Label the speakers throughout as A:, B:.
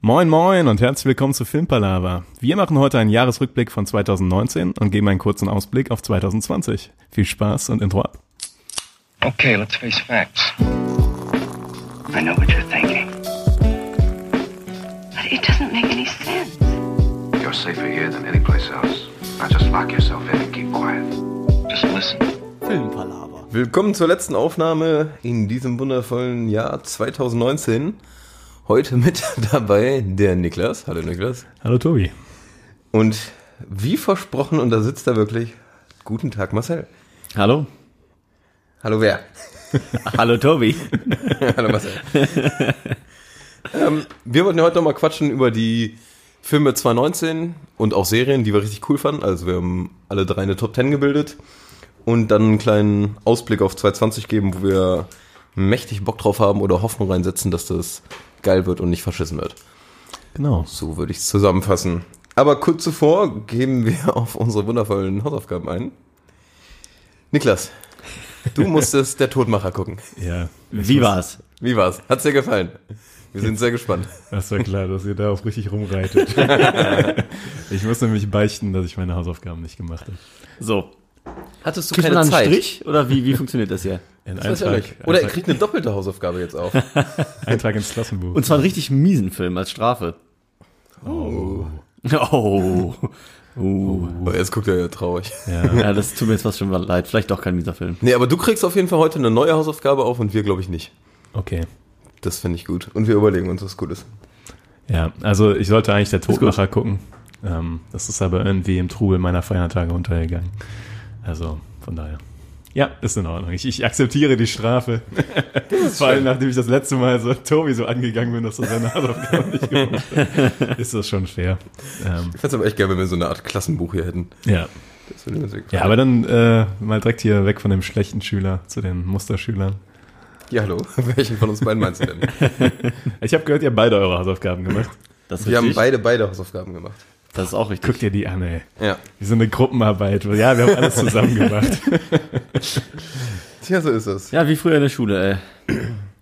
A: Moin moin und herzlich willkommen zu Filmpalava. Wir machen heute einen Jahresrückblick von 2019 und geben einen kurzen Ausblick auf 2020. Viel Spaß und Intro ab.
B: Okay, let's face facts. I know what you're thinking.
C: But it doesn't make any sense.
D: You're safer here than any place else. Now just lock yourself in and keep quiet.
B: Just listen.
E: Filmpalaver.
F: Willkommen zur letzten Aufnahme in diesem wundervollen Jahr 2019. Heute mit dabei der Niklas. Hallo Niklas.
A: Hallo Tobi.
F: Und wie versprochen, und da sitzt er wirklich. Guten Tag, Marcel.
E: Hallo?
F: Hallo wer?
E: Hallo Tobi.
F: Hallo Marcel. ähm, wir wollten ja heute nochmal quatschen über die Filme 2019 und auch Serien, die wir richtig cool fanden. Also wir haben alle drei eine Top 10 gebildet und dann einen kleinen Ausblick auf 2020 geben, wo wir mächtig Bock drauf haben oder Hoffnung reinsetzen, dass das geil wird und nicht verschissen wird.
A: Genau.
F: So würde ich es zusammenfassen. Aber kurz zuvor geben wir auf unsere wundervollen Hausaufgaben ein. Niklas, du musstest der Todmacher gucken.
A: Ja.
E: Wie war's?
F: Wie war's? Hat's dir gefallen? Wir sind sehr gespannt.
A: Das war klar, dass ihr darauf richtig rumreitet. ich muss nämlich beichten, dass ich meine Hausaufgaben nicht gemacht habe.
E: So.
F: Hattest du
E: Kriegt man
F: keine
E: dann einen
F: Zeit?
E: Strich oder wie, wie funktioniert das hier?
A: In
F: Das weiß ich auch nicht. Oder er kriegt eine doppelte Hausaufgabe jetzt auch.
A: Eintrag ins Klassenbuch.
E: Und zwar einen richtig miesen Film als Strafe. Oh. Oh. Uh.
F: Aber jetzt guckt er ja traurig.
E: Ja, das tut mir jetzt fast schon mal leid. Vielleicht doch kein mieser Film.
F: Nee, aber du kriegst auf jeden Fall heute eine neue Hausaufgabe auf und wir glaube ich nicht.
A: okay.
F: Das finde ich gut. Und wir überlegen uns, was gut ist.
A: Ja, also ich sollte eigentlich der Todmacher gucken. Ähm, das ist aber irgendwie im Trubel meiner Feiertage untergegangen. Also von daher. Ja, ist in Ordnung. Ich, ich akzeptiere die Strafe. Vor allem, nachdem ich das letzte Mal so Tobi so angegangen bin, dass er seine Hausaufgaben nicht gemacht hat. Ist das schon fair. Ähm,
F: Ich fände es aber echt geil, wenn wir so eine Art Klassenbuch hier hätten.
A: ja.
F: Das würde mir sehr gefallen.
A: Ja, aber dann äh, mal direkt hier weg von dem schlechten Schüler zu den Musterschülern.
F: Ja, hallo. Welchen von uns beiden meinst du denn? Wir
A: Ich habe gehört, ihr habt beide eure Hausaufgaben gemacht.
E: Das ist
F: haben
E: richtig.
F: beide, beide Hausaufgaben gemacht.
E: das ist auch richtig.
A: Guckt ihr die an, ey.
F: Ja.
A: Wir sind eine Gruppenarbeit. Ja, wir haben alles zusammen gemacht.
F: Tja, so ist es.
E: Ja, wie früher in der Schule, ey.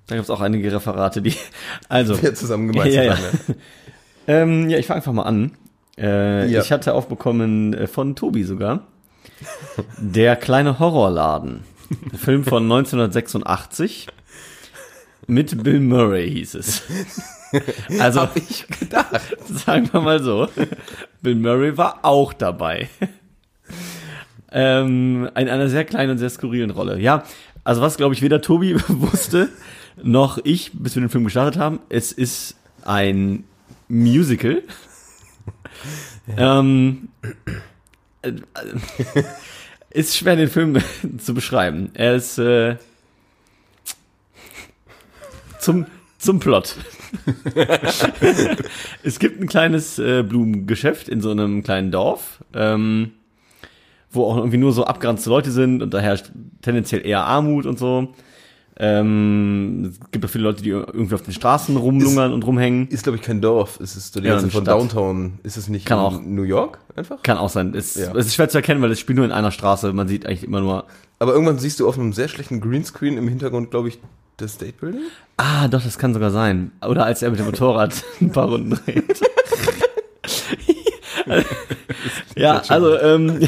E: Da gab's auch einige Referate, die. Also.
F: Wir zusammen gemeinsam.
E: Ja, ja,
F: haben,
E: Ähm, ja, ich fange einfach mal an. Äh,
F: Ja.
E: Ich hatte aufbekommen äh, von Tobi sogar. Der kleine Horrorladen. Ein Film von 1986 mit Bill Murray hieß es. Also
F: Hab ich gedacht.
E: sagen wir mal so, Bill Murray war auch dabei. Ähm, in einer sehr kleinen und sehr skurrilen Rolle. Ja, also was glaube ich weder Tobi wusste noch ich, bis wir den Film gestartet haben, es ist ein Musical. Ähm, äh, äh, ist schwer den Film zu beschreiben. Er ist äh, zum zum Plot. Es gibt ein kleines äh, Blumengeschäft in so einem kleinen Dorf, ähm, wo auch irgendwie nur so abgeranzte Leute sind und da herrscht tendenziell eher Armut und so. Ähm, es gibt auch viele Leute, die irgendwie auf den Straßen rumlungern und rumhängen.
F: Ist, glaube ich, kein Dorf. Es ist so die
E: Ja,
F: ganze
E: eine
F: von
E: Stadt.
F: Downtown. Ist es nicht
E: Kann
F: in
E: auch.
F: New York einfach?
E: Kann auch sein. Es,
F: Ja.
E: es ist schwer zu erkennen, weil es spielt nur in einer Straße. Man sieht eigentlich immer nur.
F: Aber irgendwann siehst du auf einem sehr schlechten Greenscreen im Hintergrund, glaube ich, das State Building.
E: Ah, doch, das kann sogar sein. Oder als er mit dem Motorrad ein paar Runden dreht. ja, also ähm,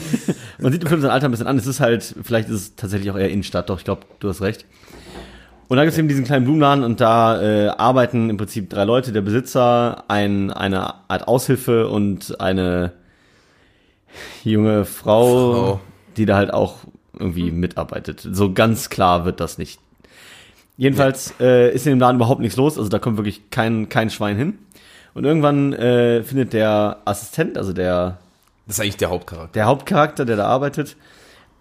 E: man sieht im Film sein Alter ein bisschen an. Es ist halt, vielleicht ist es tatsächlich auch eher Innenstadt. Doch, ich glaube, du hast recht. Und da gibt es eben diesen kleinen Blumenladen und da äh, arbeiten im Prinzip drei Leute, der Besitzer, ein, eine Art Aushilfe und eine junge Frau,
F: Frau.
E: die da halt auch irgendwie mitarbeitet. So ganz klar wird das nicht. Jedenfalls äh, ist in dem Laden überhaupt nichts los, also da kommt wirklich kein, kein Schwein hin. Und irgendwann äh, findet der Assistent, also der
F: Das ist eigentlich der Hauptcharakter.
E: der Hauptcharakter, der da arbeitet,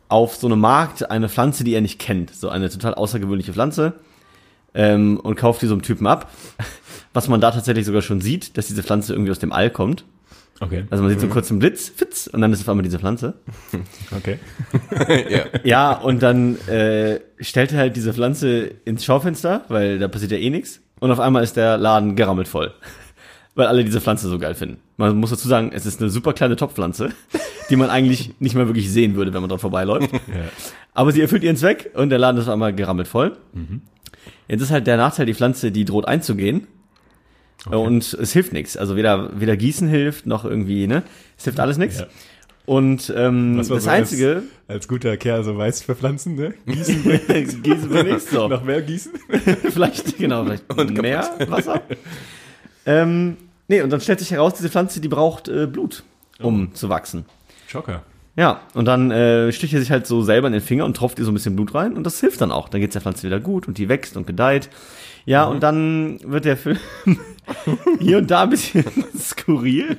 E: auf so einem Markt eine Pflanze, die er nicht kennt. So eine total außergewöhnliche Pflanze. Ähm, und kauft die so einem Typen ab. Was man da tatsächlich sogar schon sieht, dass diese Pflanze irgendwie aus dem All kommt.
A: Okay,
E: Also man sieht so
F: Mhm.
E: kurz einen Blitz, fitz, und dann ist auf einmal diese Pflanze.
A: okay.
F: ja.
E: Ja, und dann äh, stellt er halt diese Pflanze ins Schaufenster, weil da passiert ja eh nichts. Und auf einmal ist der Laden gerammelt voll. Weil alle diese Pflanze so geil finden. Man muss dazu sagen, es ist eine super kleine Topfpflanze, die man eigentlich nicht mehr wirklich sehen würde, wenn man dran vorbeiläuft.
A: Ja.
E: Aber sie erfüllt ihren Zweck und der Laden
A: Mhm.
E: ist auf einmal gerammelt voll. Jetzt ist halt der Nachteil, die Pflanze, die droht einzugehen. Und es hilft nichts. Also weder, weder Gießen hilft, noch irgendwie, ne? Es hilft alles nichts.
A: Ja.
E: Und ähm, das
A: man so
E: Einzige,
A: Als, als guter Kerl so weiß verpflanzen, ne? Gießen
E: Gießen wir nichts so.
A: Noch mehr gießen?
E: vielleicht, genau, vielleicht mehr Wasser. ähm, nee, und dann stellt sich heraus, diese Pflanze, die braucht äh, Blut, um
F: Oh.
E: zu wachsen.
A: Schocker.
E: Ja, und dann äh, sticht er sich halt so selber in den Finger und tropft ihr so ein bisschen Blut rein und das hilft dann auch. Dann geht's der Pflanze wieder gut und die wächst und gedeiht. Ja,
F: Mhm.
E: und dann wird der Film hier und da ein bisschen skurril.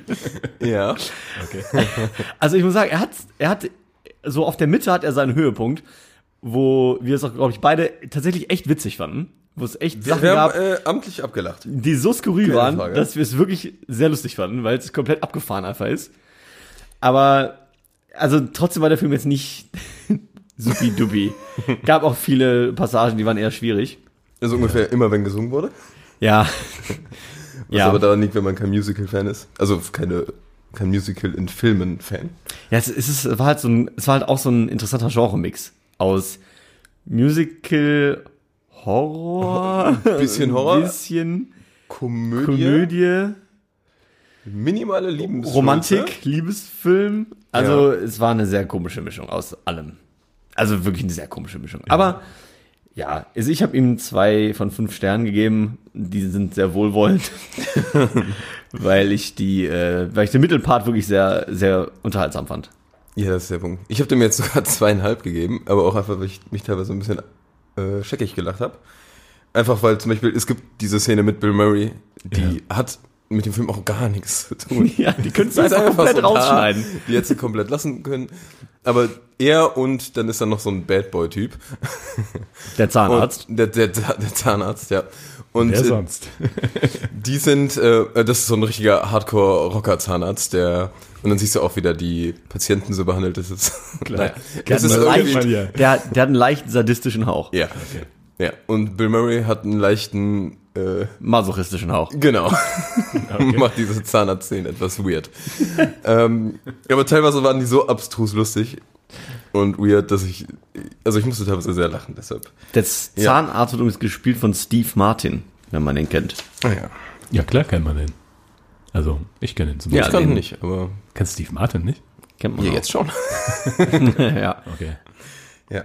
F: Ja.
E: Also ich muss sagen, er hat, er hat, so auf der Mitte hat er seinen Höhepunkt, wo wir es auch, glaube ich, beide tatsächlich echt witzig fanden. Wo es echt Sachen
F: Wir
E: gab,
F: haben äh, amtlich abgelacht.
E: die so skurril
F: Keine
E: waren,
F: Frage.
E: dass wir es wirklich sehr lustig fanden, weil es komplett abgefahren einfach ist. Aber, also trotzdem war der Film jetzt nicht supi-dupi. Gab auch viele Passagen, die waren eher schwierig.
F: Also ungefähr immer, wenn gesungen wurde.
E: Ja.
F: Was
E: ja.
F: aber daran liegt, wenn man kein Musical-Fan ist. Also keine, kein Musical in Filmen-Fan.
E: Ja, es, es ist, war halt so ein, es war halt auch so ein interessanter Genre-Mix aus Musical, Horror,
F: Bisschen Horror.
E: bisschen
F: Komödie,
E: Komödie,
F: minimale Liebensschuld. ne?
E: Romantik, Liebesfilm. Also es war eine sehr komische Mischung aus allem. Also wirklich eine sehr komische Mischung. Aber ja, also ich habe ihm zwei von fünf Sternen gegeben. Die sind sehr wohlwollend, weil ich die, äh, weil ich den Mittelpart wirklich sehr, sehr unterhaltsam fand.
F: Ja, das ist der Punkt. Ich habe dem jetzt sogar zweieinhalb gegeben, aber auch einfach, weil ich mich teilweise ein bisschen äh, scheckig gelacht habe. Einfach weil zum Beispiel, es gibt diese Szene mit Bill Murray, die hat mit dem Film auch gar nichts zu tun.
E: Ja, die könntest
F: Die
E: du
F: ist
E: einfach komplett
F: so da,
E: rausschneiden.
F: Die hättest du komplett lassen können. Aber er und dann ist da noch so ein Bad Boy-Typ.
E: Der Zahnarzt.
F: Und Der, der, der Zahnarzt, ja. Und
A: Wer
F: äh,
A: sonst?
F: die sind, äh, das ist so ein richtiger Hardcore-Rocker-Zahnarzt, der, und dann siehst du auch wieder die Patienten so behandelt, das ist,
A: Klar.
F: das
E: Der
F: ist
E: hat, einen
F: irgendwie,
A: Mann,
E: leicht,
A: ja.
E: der, der hat einen leicht sadistischen Hauch.
F: ja, ja, und Bill Murray hat einen leichten, äh,
E: Masochistischen Hauch.
F: Genau. Macht diese Zahnarztszenen etwas weird. ähm, aber teilweise waren die so abstrus lustig und weird, dass ich. Also ich musste teilweise sehr lachen, deshalb.
E: Der Zahnarzt wird übrigens gespielt von Steve Martin, wenn man den kennt.
F: Naja.
A: Ja, klar kennt man den. Also, ich kenne ihn zum
F: Ja, ich
A: Beispiel.
F: kann nicht, aber.
A: Kennst Steve Martin nicht?
E: Kennt man auch.
F: schon.
E: ja.
A: Okay.
F: Ja.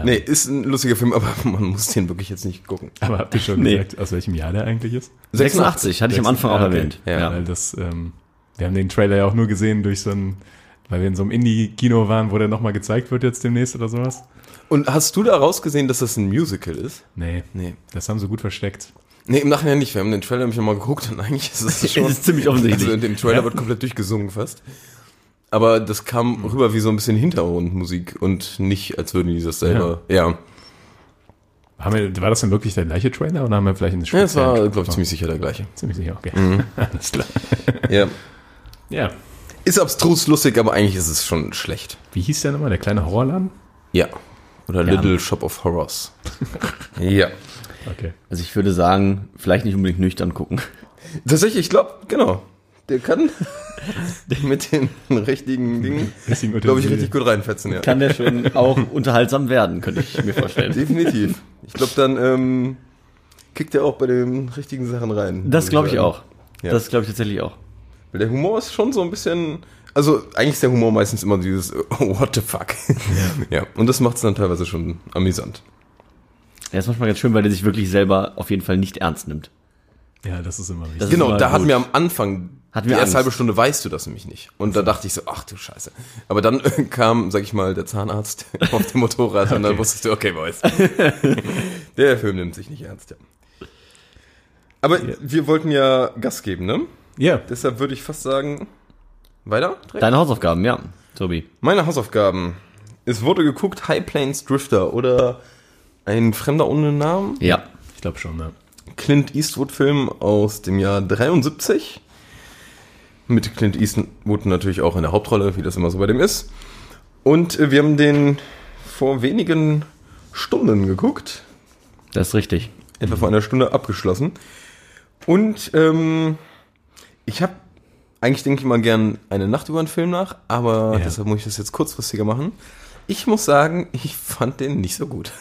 A: Ähm,
F: Nee, ist ein lustiger Film, aber man muss den wirklich jetzt nicht gucken.
A: Aber habt ihr schon
E: Nee.
A: gesagt, aus welchem Jahr der eigentlich ist?
E: 86, hatte ich am Anfang auch
A: Ah, okay.
E: erwähnt.
A: Ja, Weil das, ähm, wir haben den Trailer ja auch nur gesehen durch so ein, weil wir in so einem Indie-Kino waren, wo der nochmal gezeigt wird jetzt demnächst oder sowas.
F: Und hast du da rausgesehen, dass das ein Musical ist?
A: Nee,
F: Nee.
A: das haben sie gut versteckt.
F: Nee, im Nachhinein nicht. Wir haben den Trailer nämlich nochmal geguckt und eigentlich ist es schon.
E: Es ist ziemlich offensichtlich.
F: Also in dem Trailer wird komplett durchgesungen fast. Aber das kam rüber wie so ein bisschen Hintergrundmusik und nicht, als würden die das selber. Ja, ja.
A: Haben wir, war das denn wirklich der gleiche Trailer oder haben wir vielleicht einen
F: das war,
A: speziellen-
F: glaube ich, ziemlich sicher der gleiche.
A: ziemlich sicher. Okay.
F: Mhm.
A: Alles klar.
F: Ja.
A: Ja.
F: Ist abstrus lustig, aber eigentlich ist es schon schlecht.
A: Wie hieß der nochmal? Der kleine Horrorladen?
F: Ja. Oder
E: Ja.
F: Little Shop of Horrors. ja.
A: Okay.
E: Also ich würde sagen, vielleicht nicht unbedingt nüchtern gucken.
F: Tatsächlich, ich glaube, genau. Der kann mit den richtigen Dingen,
A: Richtigen
F: glaube ich,
A: Utensilien.
F: richtig gut reinfetzen, ja.
E: Kann der schon auch unterhaltsam werden, könnte ich mir vorstellen.
F: Definitiv. Ich glaube, dann ähm, kickt er auch bei den richtigen Sachen rein.
E: Das glaube ich
F: Würde
E: auch.
F: sagen. Ja.
E: Das glaube ich tatsächlich auch.
F: Weil der Humor ist schon so ein bisschen. Also, eigentlich ist der Humor meistens immer dieses äh, What the fuck. Ja. Und das macht es dann teilweise schon amüsant.
E: Er ist manchmal ganz schön, weil er sich wirklich selber auf jeden Fall nicht ernst nimmt.
A: Ja, das ist immer wichtig.
E: Das ist
F: Genau,
E: mal
F: da
E: gut.
F: hatten wir am Anfang.
E: Hatten
F: die
E: wir
F: erste
E: Angst.
F: halbe Stunde weißt du das nämlich nicht. Und da dachte ich so, ach du Scheiße. Aber dann äh, kam, sag ich mal, der Zahnarzt auf dem Motorrad und dann wusstest du, okay, Boys. der Film nimmt sich nicht ernst, ja. Aber wir wollten ja Gas geben, ne?
A: Ja.
F: Deshalb würde ich fast sagen, weiter? direkt?
E: Deine Hausaufgaben, ja, Tobi.
F: Meine Hausaufgaben. Es wurde geguckt, High Plains Drifter oder ein Fremder ohne Namen.
E: Ja.
A: Ich glaube schon, ne?
F: Clint Eastwood-Film aus dem Jahr 73. Mit Clint Eastwood natürlich auch in der Hauptrolle, wie das immer so bei dem ist. Und äh, wir haben den vor wenigen Stunden geguckt.
E: Das ist richtig.
F: etwa vor einer Stunde abgeschlossen. Und ähm, ich habe eigentlich denke ich mal gern eine Nacht über einen Film nach, aber
A: Ja.
F: deshalb muss ich das jetzt kurzfristiger machen. Ich muss sagen, ich fand den nicht so gut.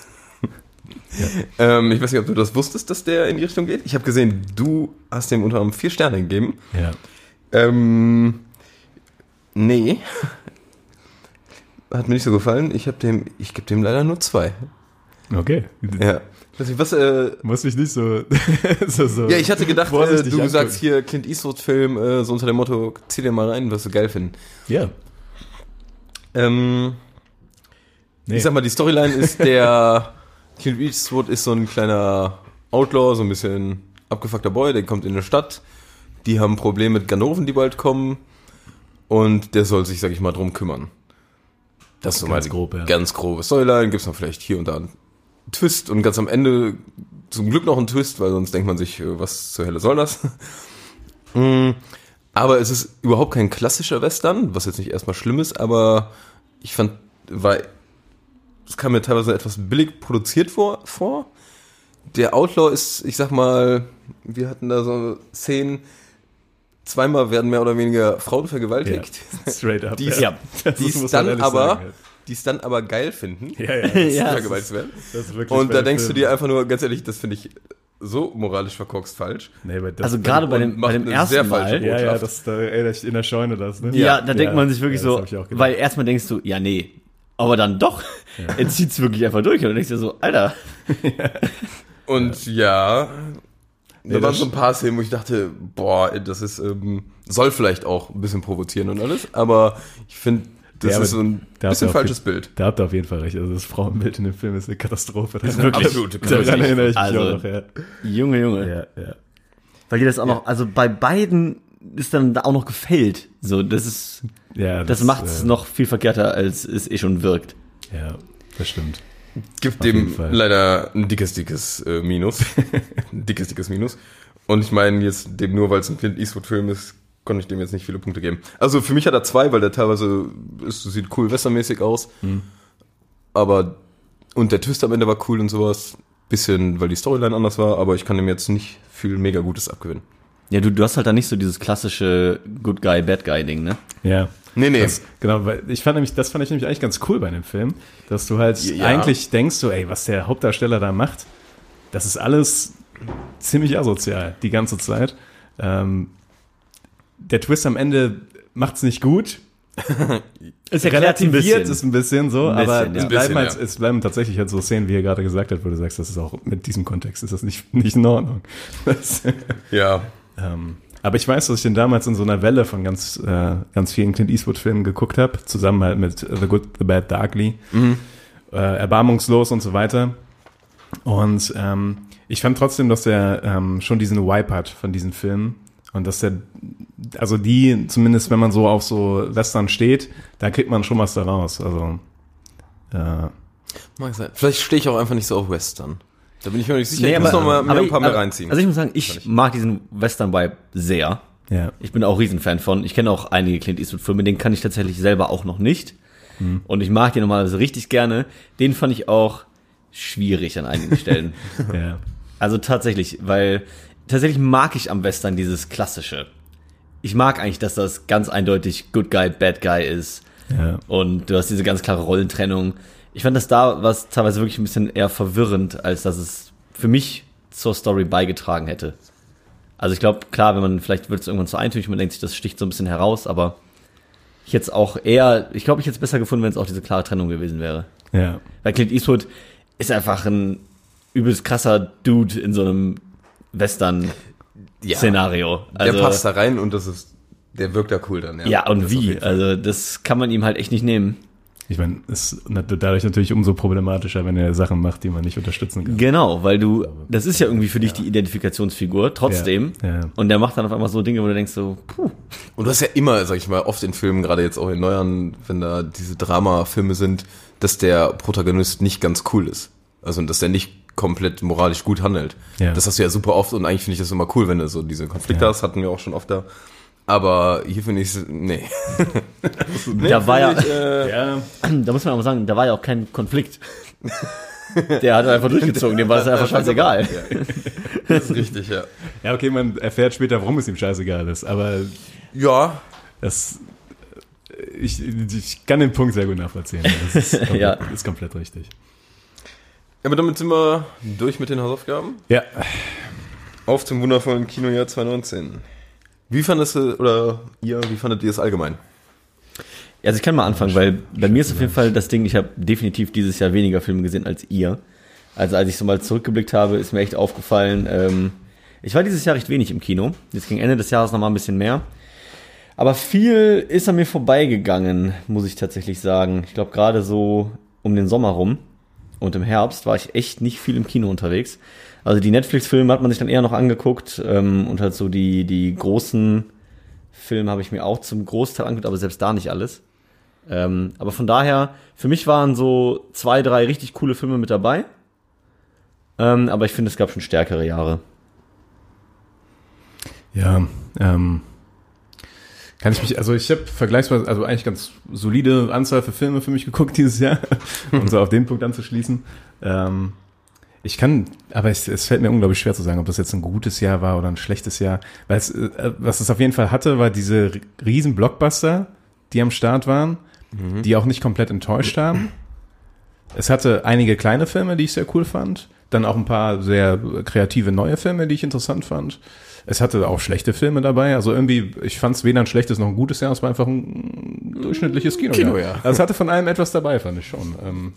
F: Ähm, ich weiß nicht, ob du das wusstest, dass der in die Richtung geht. Ich habe gesehen, du hast dem unter anderem vier Sterne gegeben.
A: Ja.
F: Ähm, nee. Hat mir nicht so gefallen. Ich habe dem, ich gebe dem leider nur zwei.
A: Okay.
F: Ja. Ich weiß nicht, was, äh,
A: Muss ich nicht so. so, so
F: ja, ich hatte gedacht, äh,
A: vorsichtig
F: du
A: angucken.
F: sagst hier Clint Eastwood-Film, äh, so unter dem Motto, zieh dir mal rein, wirst du geil finden.
A: Ja.
F: Ähm,
A: Nee.
F: Ich sag mal, die Storyline ist der Clint Eastwood ist so ein kleiner Outlaw, so ein bisschen abgefuckter Boy, der kommt in eine Stadt. Die haben ein Problem mit Ganoven, die bald kommen. Und der soll sich, sag ich mal, drum kümmern. Das ist so
A: Ganz
F: meine
A: grob, ja.
F: ganz grobe Storyline. Gibt's noch vielleicht hier und da einen Twist und ganz am Ende zum Glück noch einen Twist, weil sonst denkt man sich, äh, was zur Hölle soll das? Mm, aber es ist überhaupt kein klassischer Western, was jetzt nicht erstmal schlimm ist, aber ich fand, war es kam mir teilweise etwas billig produziert vor. vor. Der Outlaw ist, ich sag mal, wir hatten da so Szenen, zweimal werden mehr oder weniger Frauen
A: Ja.
F: vergewaltigt,
A: Straight up.
F: Die ist-
A: ja. Das
F: die es
A: muss man
F: dann
A: ehrlich
F: aber,
A: sagen,
F: die es dann aber geil finden,
A: Ja, ja. ja.
E: Ja,
F: vergewaltigt werden.
A: Das ist wirklich
F: Und
A: bei
F: da
A: dem
F: denkst du
A: Film.
F: dir einfach nur, ganz ehrlich, das finde ich so moralisch verkorkst falsch.
A: Nee, aber das,
E: Also gerade bei
F: Und
E: dem,
F: macht
E: bei dem
F: eine
E: ersten
F: sehr falsche
E: Mal.
A: Ja, ja,
F: Botschaft.
A: das da erinnert in der Scheune das, ne?
E: Ja, da denkt man sich wirklich
A: ja, das
E: so,
A: hab ich auch gedacht.
E: weil erstmal denkst du, ja, nee. Aber dann doch. Er zieht es wirklich einfach durch. Und dann denkst du dir so, Alter.
F: Und ja, da waren
A: das-
F: so ein paar Szenen, wo ich dachte, boah, das ist, ähm, soll vielleicht auch ein bisschen provozieren und alles, aber ich finde, das
A: Ja, aber
F: ist so ein
A: da habt ihr
F: bisschen
A: auch
F: falsches
A: viel-
F: Bild.
A: Da habt ihr auf jeden Fall recht. Also das Frauenbild in dem Film ist eine Katastrophe. Das ist
E: wirklich-
A: absolute Daran erinnere ich mich
E: Also-
A: auch noch, ja.
E: Junge, Junge.
A: Ja, ja.
E: Weil dir das auch noch, also bei beiden ist dann da auch noch gefällt. So, das ist,
A: ja
E: das, macht's
A: äh,
E: noch viel verkehrter, als es eh schon wirkt.
A: Ja, das stimmt.
F: Gibt
A: jeden
F: dem
A: Fall.
F: leider ein dickes, dickes äh, Minus. ein dickes, dickes Minus. Und ich meine jetzt dem nur, weil es ein Clint Eastwood-Film ist, konnte ich dem jetzt nicht viele Punkte geben. Also für mich hat er zwei, weil der teilweise ist, sieht cool wässermäßig aus. Aber, und der Twist am Ende war cool und sowas. Bisschen, weil die Storyline anders war, aber ich kann dem jetzt nicht viel mega Gutes abgewinnen.
E: Ja, du, du hast halt da nicht so dieses klassische Good Guy, Bad Guy Ding, ne?
A: Ja.
F: Nee, nee.
A: Das, genau, weil ich fand nämlich, das fand ich nämlich eigentlich ganz cool bei dem Film, dass du halt
F: Ja.
A: eigentlich denkst so, ey, was der Hauptdarsteller da macht, das ist alles ziemlich asozial die ganze Zeit. Ähm, der Twist am Ende macht's nicht gut,
E: Es
A: relativiert ist ein bisschen so,
E: Ein bisschen,
A: aber es,
E: ja.
A: bleiben
F: Bisschen,
A: halt,
F: ja.
A: es bleiben tatsächlich halt so Szenen, wie ihr gerade gesagt habt, wo du sagst, das ist auch mit diesem Kontext ist das nicht, nicht in Ordnung. Das,
F: Ja.
A: ähm, aber ich weiß, dass ich den damals in so einer Welle von ganz, äh, ganz vielen Clint Eastwood-Filmen geguckt habe, zusammen halt mit The Good, The Bad, The Ugly, äh, Erbarmungslos und so weiter. Und ähm, ich fand trotzdem, dass er ähm, schon diesen Wipe hat von diesen Filmen. Und dass der, also die, zumindest wenn man so auf so Western steht, da kriegt man schon was daraus. Also, äh,
F: Mag sein. Vielleicht stehe ich auch einfach nicht so auf Western. Da bin ich mir nicht sicher.
E: Nee,
F: ich
E: aber,
F: muss noch mal mir
E: aber
F: ein paar
E: ich-
F: mehr
E: aber-
F: reinziehen.
E: Also ich muss sagen, ich mag diesen Western-Vibe sehr.
A: ja.
E: Ich bin auch Riesenfan von. Ich kenne auch einige Clint Eastwood-Filme, den kann ich tatsächlich selber auch noch nicht.
F: Mhm.
E: Und ich mag den normalerweise richtig gerne. Den fand ich auch schwierig an einigen Stellen.
A: ja.
E: Also tatsächlich, weil tatsächlich mag ich am Western dieses Klassische. Ich mag eigentlich, dass das ganz eindeutig Good Guy, Bad Guy ist.
A: Ja.
E: Und du hast diese ganz klare Rollentrennung. Ich fand das da was teilweise wirklich ein bisschen eher verwirrend, als dass es für mich zur Story beigetragen hätte. Also ich glaube, klar, wenn man, vielleicht wird es irgendwann zu eintönig, man denkt sich, das sticht so ein bisschen heraus, aber ich hätte es auch eher, ich glaube, ich hätte es besser gefunden, wenn es auch diese klare Trennung gewesen wäre.
A: Ja.
E: Weil Clint Eastwood ist einfach ein übelst krasser Dude in so einem Western-Szenario.
F: ja.
E: Also,
F: der passt da rein und das ist, der wirkt da cool dann.
E: Ja, und
F: Das auf
E: wie?
F: jeden Fall.
E: Also, das kann man ihm halt echt nicht nehmen.
A: Ich meine, es ist nat- dadurch natürlich umso problematischer, wenn er Sachen macht, die man nicht unterstützen kann.
E: Genau, weil du, das ist ja irgendwie für dich die Identifikationsfigur, trotzdem.
A: Ja, ja.
E: Und der macht dann auf einmal so Dinge, wo du denkst so, puh.
F: Und du hast ja immer, sag ich mal, oft in Filmen, gerade jetzt auch in neueren, wenn da diese Drama-Filme sind, dass der Protagonist nicht ganz cool ist. Also, dass der nicht komplett moralisch gut handelt.
A: Ja.
F: Das hast du ja super oft und eigentlich finde ich das immer cool, wenn du so diese Konflikte hast, hatten wir auch schon oft da. Aber hier finde ich, nee. nee
E: Da war
F: finde
E: ja-
F: Ich, äh,
A: Ja,
E: Da muss man aber sagen, da war ja auch kein Konflikt. Der hat einfach durchgezogen, dem war das
F: Also,
E: einfach scheißegal.
F: das ist äh, richtig, ja.
A: ja, okay, man erfährt später, warum es ihm scheißegal ist, aber
F: Ja,
A: das. äh, Ich, ich kann den Punkt sehr gut nachvollziehen. Das ist komplett,
E: Ja.
A: ist komplett richtig.
F: aber damit sind wir durch mit den Hausaufgaben.
A: Ja.
F: Auf zum wundervollen Kinojahr 2019. Wie fandest du, oder ihr, wie fandet ihr es allgemein?
E: Also ich kann mal anfangen, weil bei mir ist auf jeden Fall das Ding, ich habe definitiv dieses Jahr weniger Filme gesehen als ihr. Also als ich so mal zurückgeblickt habe, ist mir echt aufgefallen, ähm, ich war dieses Jahr recht wenig im Kino. Jetzt gegen Ende des Jahres nochmal ein bisschen mehr. Aber viel ist an mir vorbeigegangen, muss ich tatsächlich sagen. Ich glaube, gerade so um den Sommer rum und im Herbst war ich echt nicht viel im Kino unterwegs. Also die Netflix-Filme hat man sich dann eher noch angeguckt ähm, und halt so die, die großen Filme habe ich mir auch zum Großteil angeguckt, aber selbst da nicht alles. Ähm, aber von daher, für mich waren so zwei, drei richtig coole Filme mit dabei. Ähm, aber ich finde, es gab schon stärkere Jahre.
A: Ja, ähm, kann ich mich, also ich habe vergleichsweise, also eigentlich ganz solide Anzahl für Filme für mich geguckt dieses Jahr, um so auf den Punkt anzuschließen. Ähm, ich kann, aber es, es fällt mir unglaublich schwer zu sagen, ob das jetzt ein gutes Jahr war oder ein schlechtes Jahr. Weil es, äh, was es auf jeden Fall hatte, war diese r- riesen Blockbuster, die am Start waren, die auch nicht komplett enttäuscht haben. Es hatte einige kleine Filme, die ich sehr cool fand. Dann auch ein paar sehr kreative neue Filme, die ich interessant fand. Es hatte auch schlechte Filme dabei. Also irgendwie, ich fand es weder ein schlechtes noch ein gutes Jahr. Es war einfach ein durchschnittliches Kino.
F: Kinojahr.
A: Also es hatte von allem etwas dabei, fand ich schon. Ähm,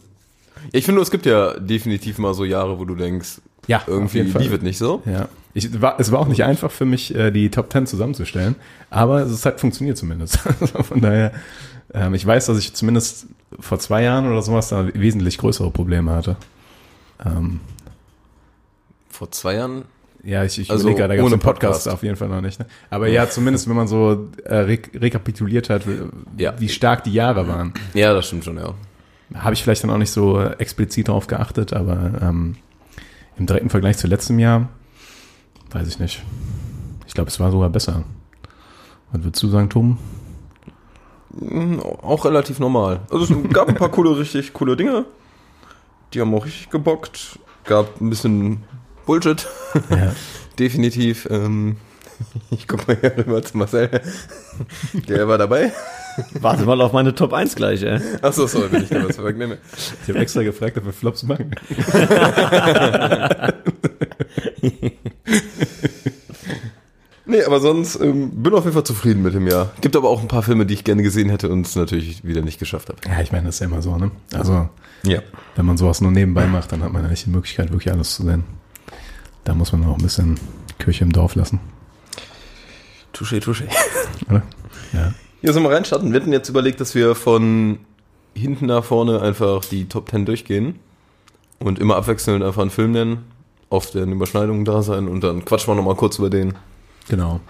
F: Ja, ich finde, es gibt ja definitiv mal so Jahre, wo du denkst,
A: ja, auf
F: irgendwie
A: jeden Fall.
F: liefert nicht so.
A: Ja. Ich, war, es war auch nicht einfach für mich, äh, die Top Ten zusammenzustellen, aber es hat funktioniert zumindest. Also Von daher, ähm, ich weiß, dass ich zumindest vor zwei Jahren oder sowas da wesentlich größere Probleme hatte. Ähm,
F: Vor zwei Jahren
A: ja, ich, ich
F: Also
A: überlege gerade, da gab's
F: ohne
A: einen Podcast,
F: Podcast.
A: auf jeden Fall noch nicht. Ne? Aber ja, zumindest wenn man so äh, re rekapituliert hat, wie-
F: Ja.
A: wie stark die Jahre waren,
F: Ja, das stimmt schon, ja.
A: habe ich vielleicht dann auch nicht so äh, explizit darauf geachtet, aber ähm, im direkten Vergleich zu letztem Jahr weiß ich nicht. Ich glaube, es war sogar besser. Was würdest du sagen, Tom?
F: Mhm, Auch relativ normal. Also es gab ein paar coole, richtig coole Dinge. Die haben auch richtig gebockt. Gab ein bisschen Bullshit.
A: Ja.
F: Definitiv. Ähm, ich guck mal hier rüber zu Marcel. Der war dabei.
E: Warte mal auf meine Top 1 gleich, ey.
F: Achso, sorry, wenn ich da was vorwegnehme.
A: Ich habe extra gefragt, ob wir Flops machen.
F: Nee, aber sonst ähm, bin auf jeden Fall zufrieden mit dem Jahr. Gibt aber auch ein paar Filme, die ich gerne gesehen hätte und es natürlich wieder nicht geschafft habe.
A: Ja, ich meine, das ist ja immer so, ne? Also,
F: Ja.
A: wenn man sowas nur nebenbei macht, dann hat man ja nicht die Möglichkeit, wirklich alles zu sehen. Da muss man auch ein bisschen Kirche im Dorf lassen,
F: Touché, touché.
A: oder? Ja.
F: Ja, sollen wir reinstarten? Wir hatten jetzt überlegt, dass wir von hinten nach vorne einfach die Top 10 durchgehen und immer abwechselnd einfach einen Film nennen, auf deren Überschneidungen da sein und dann quatschen wir nochmal kurz über den
A: Genau.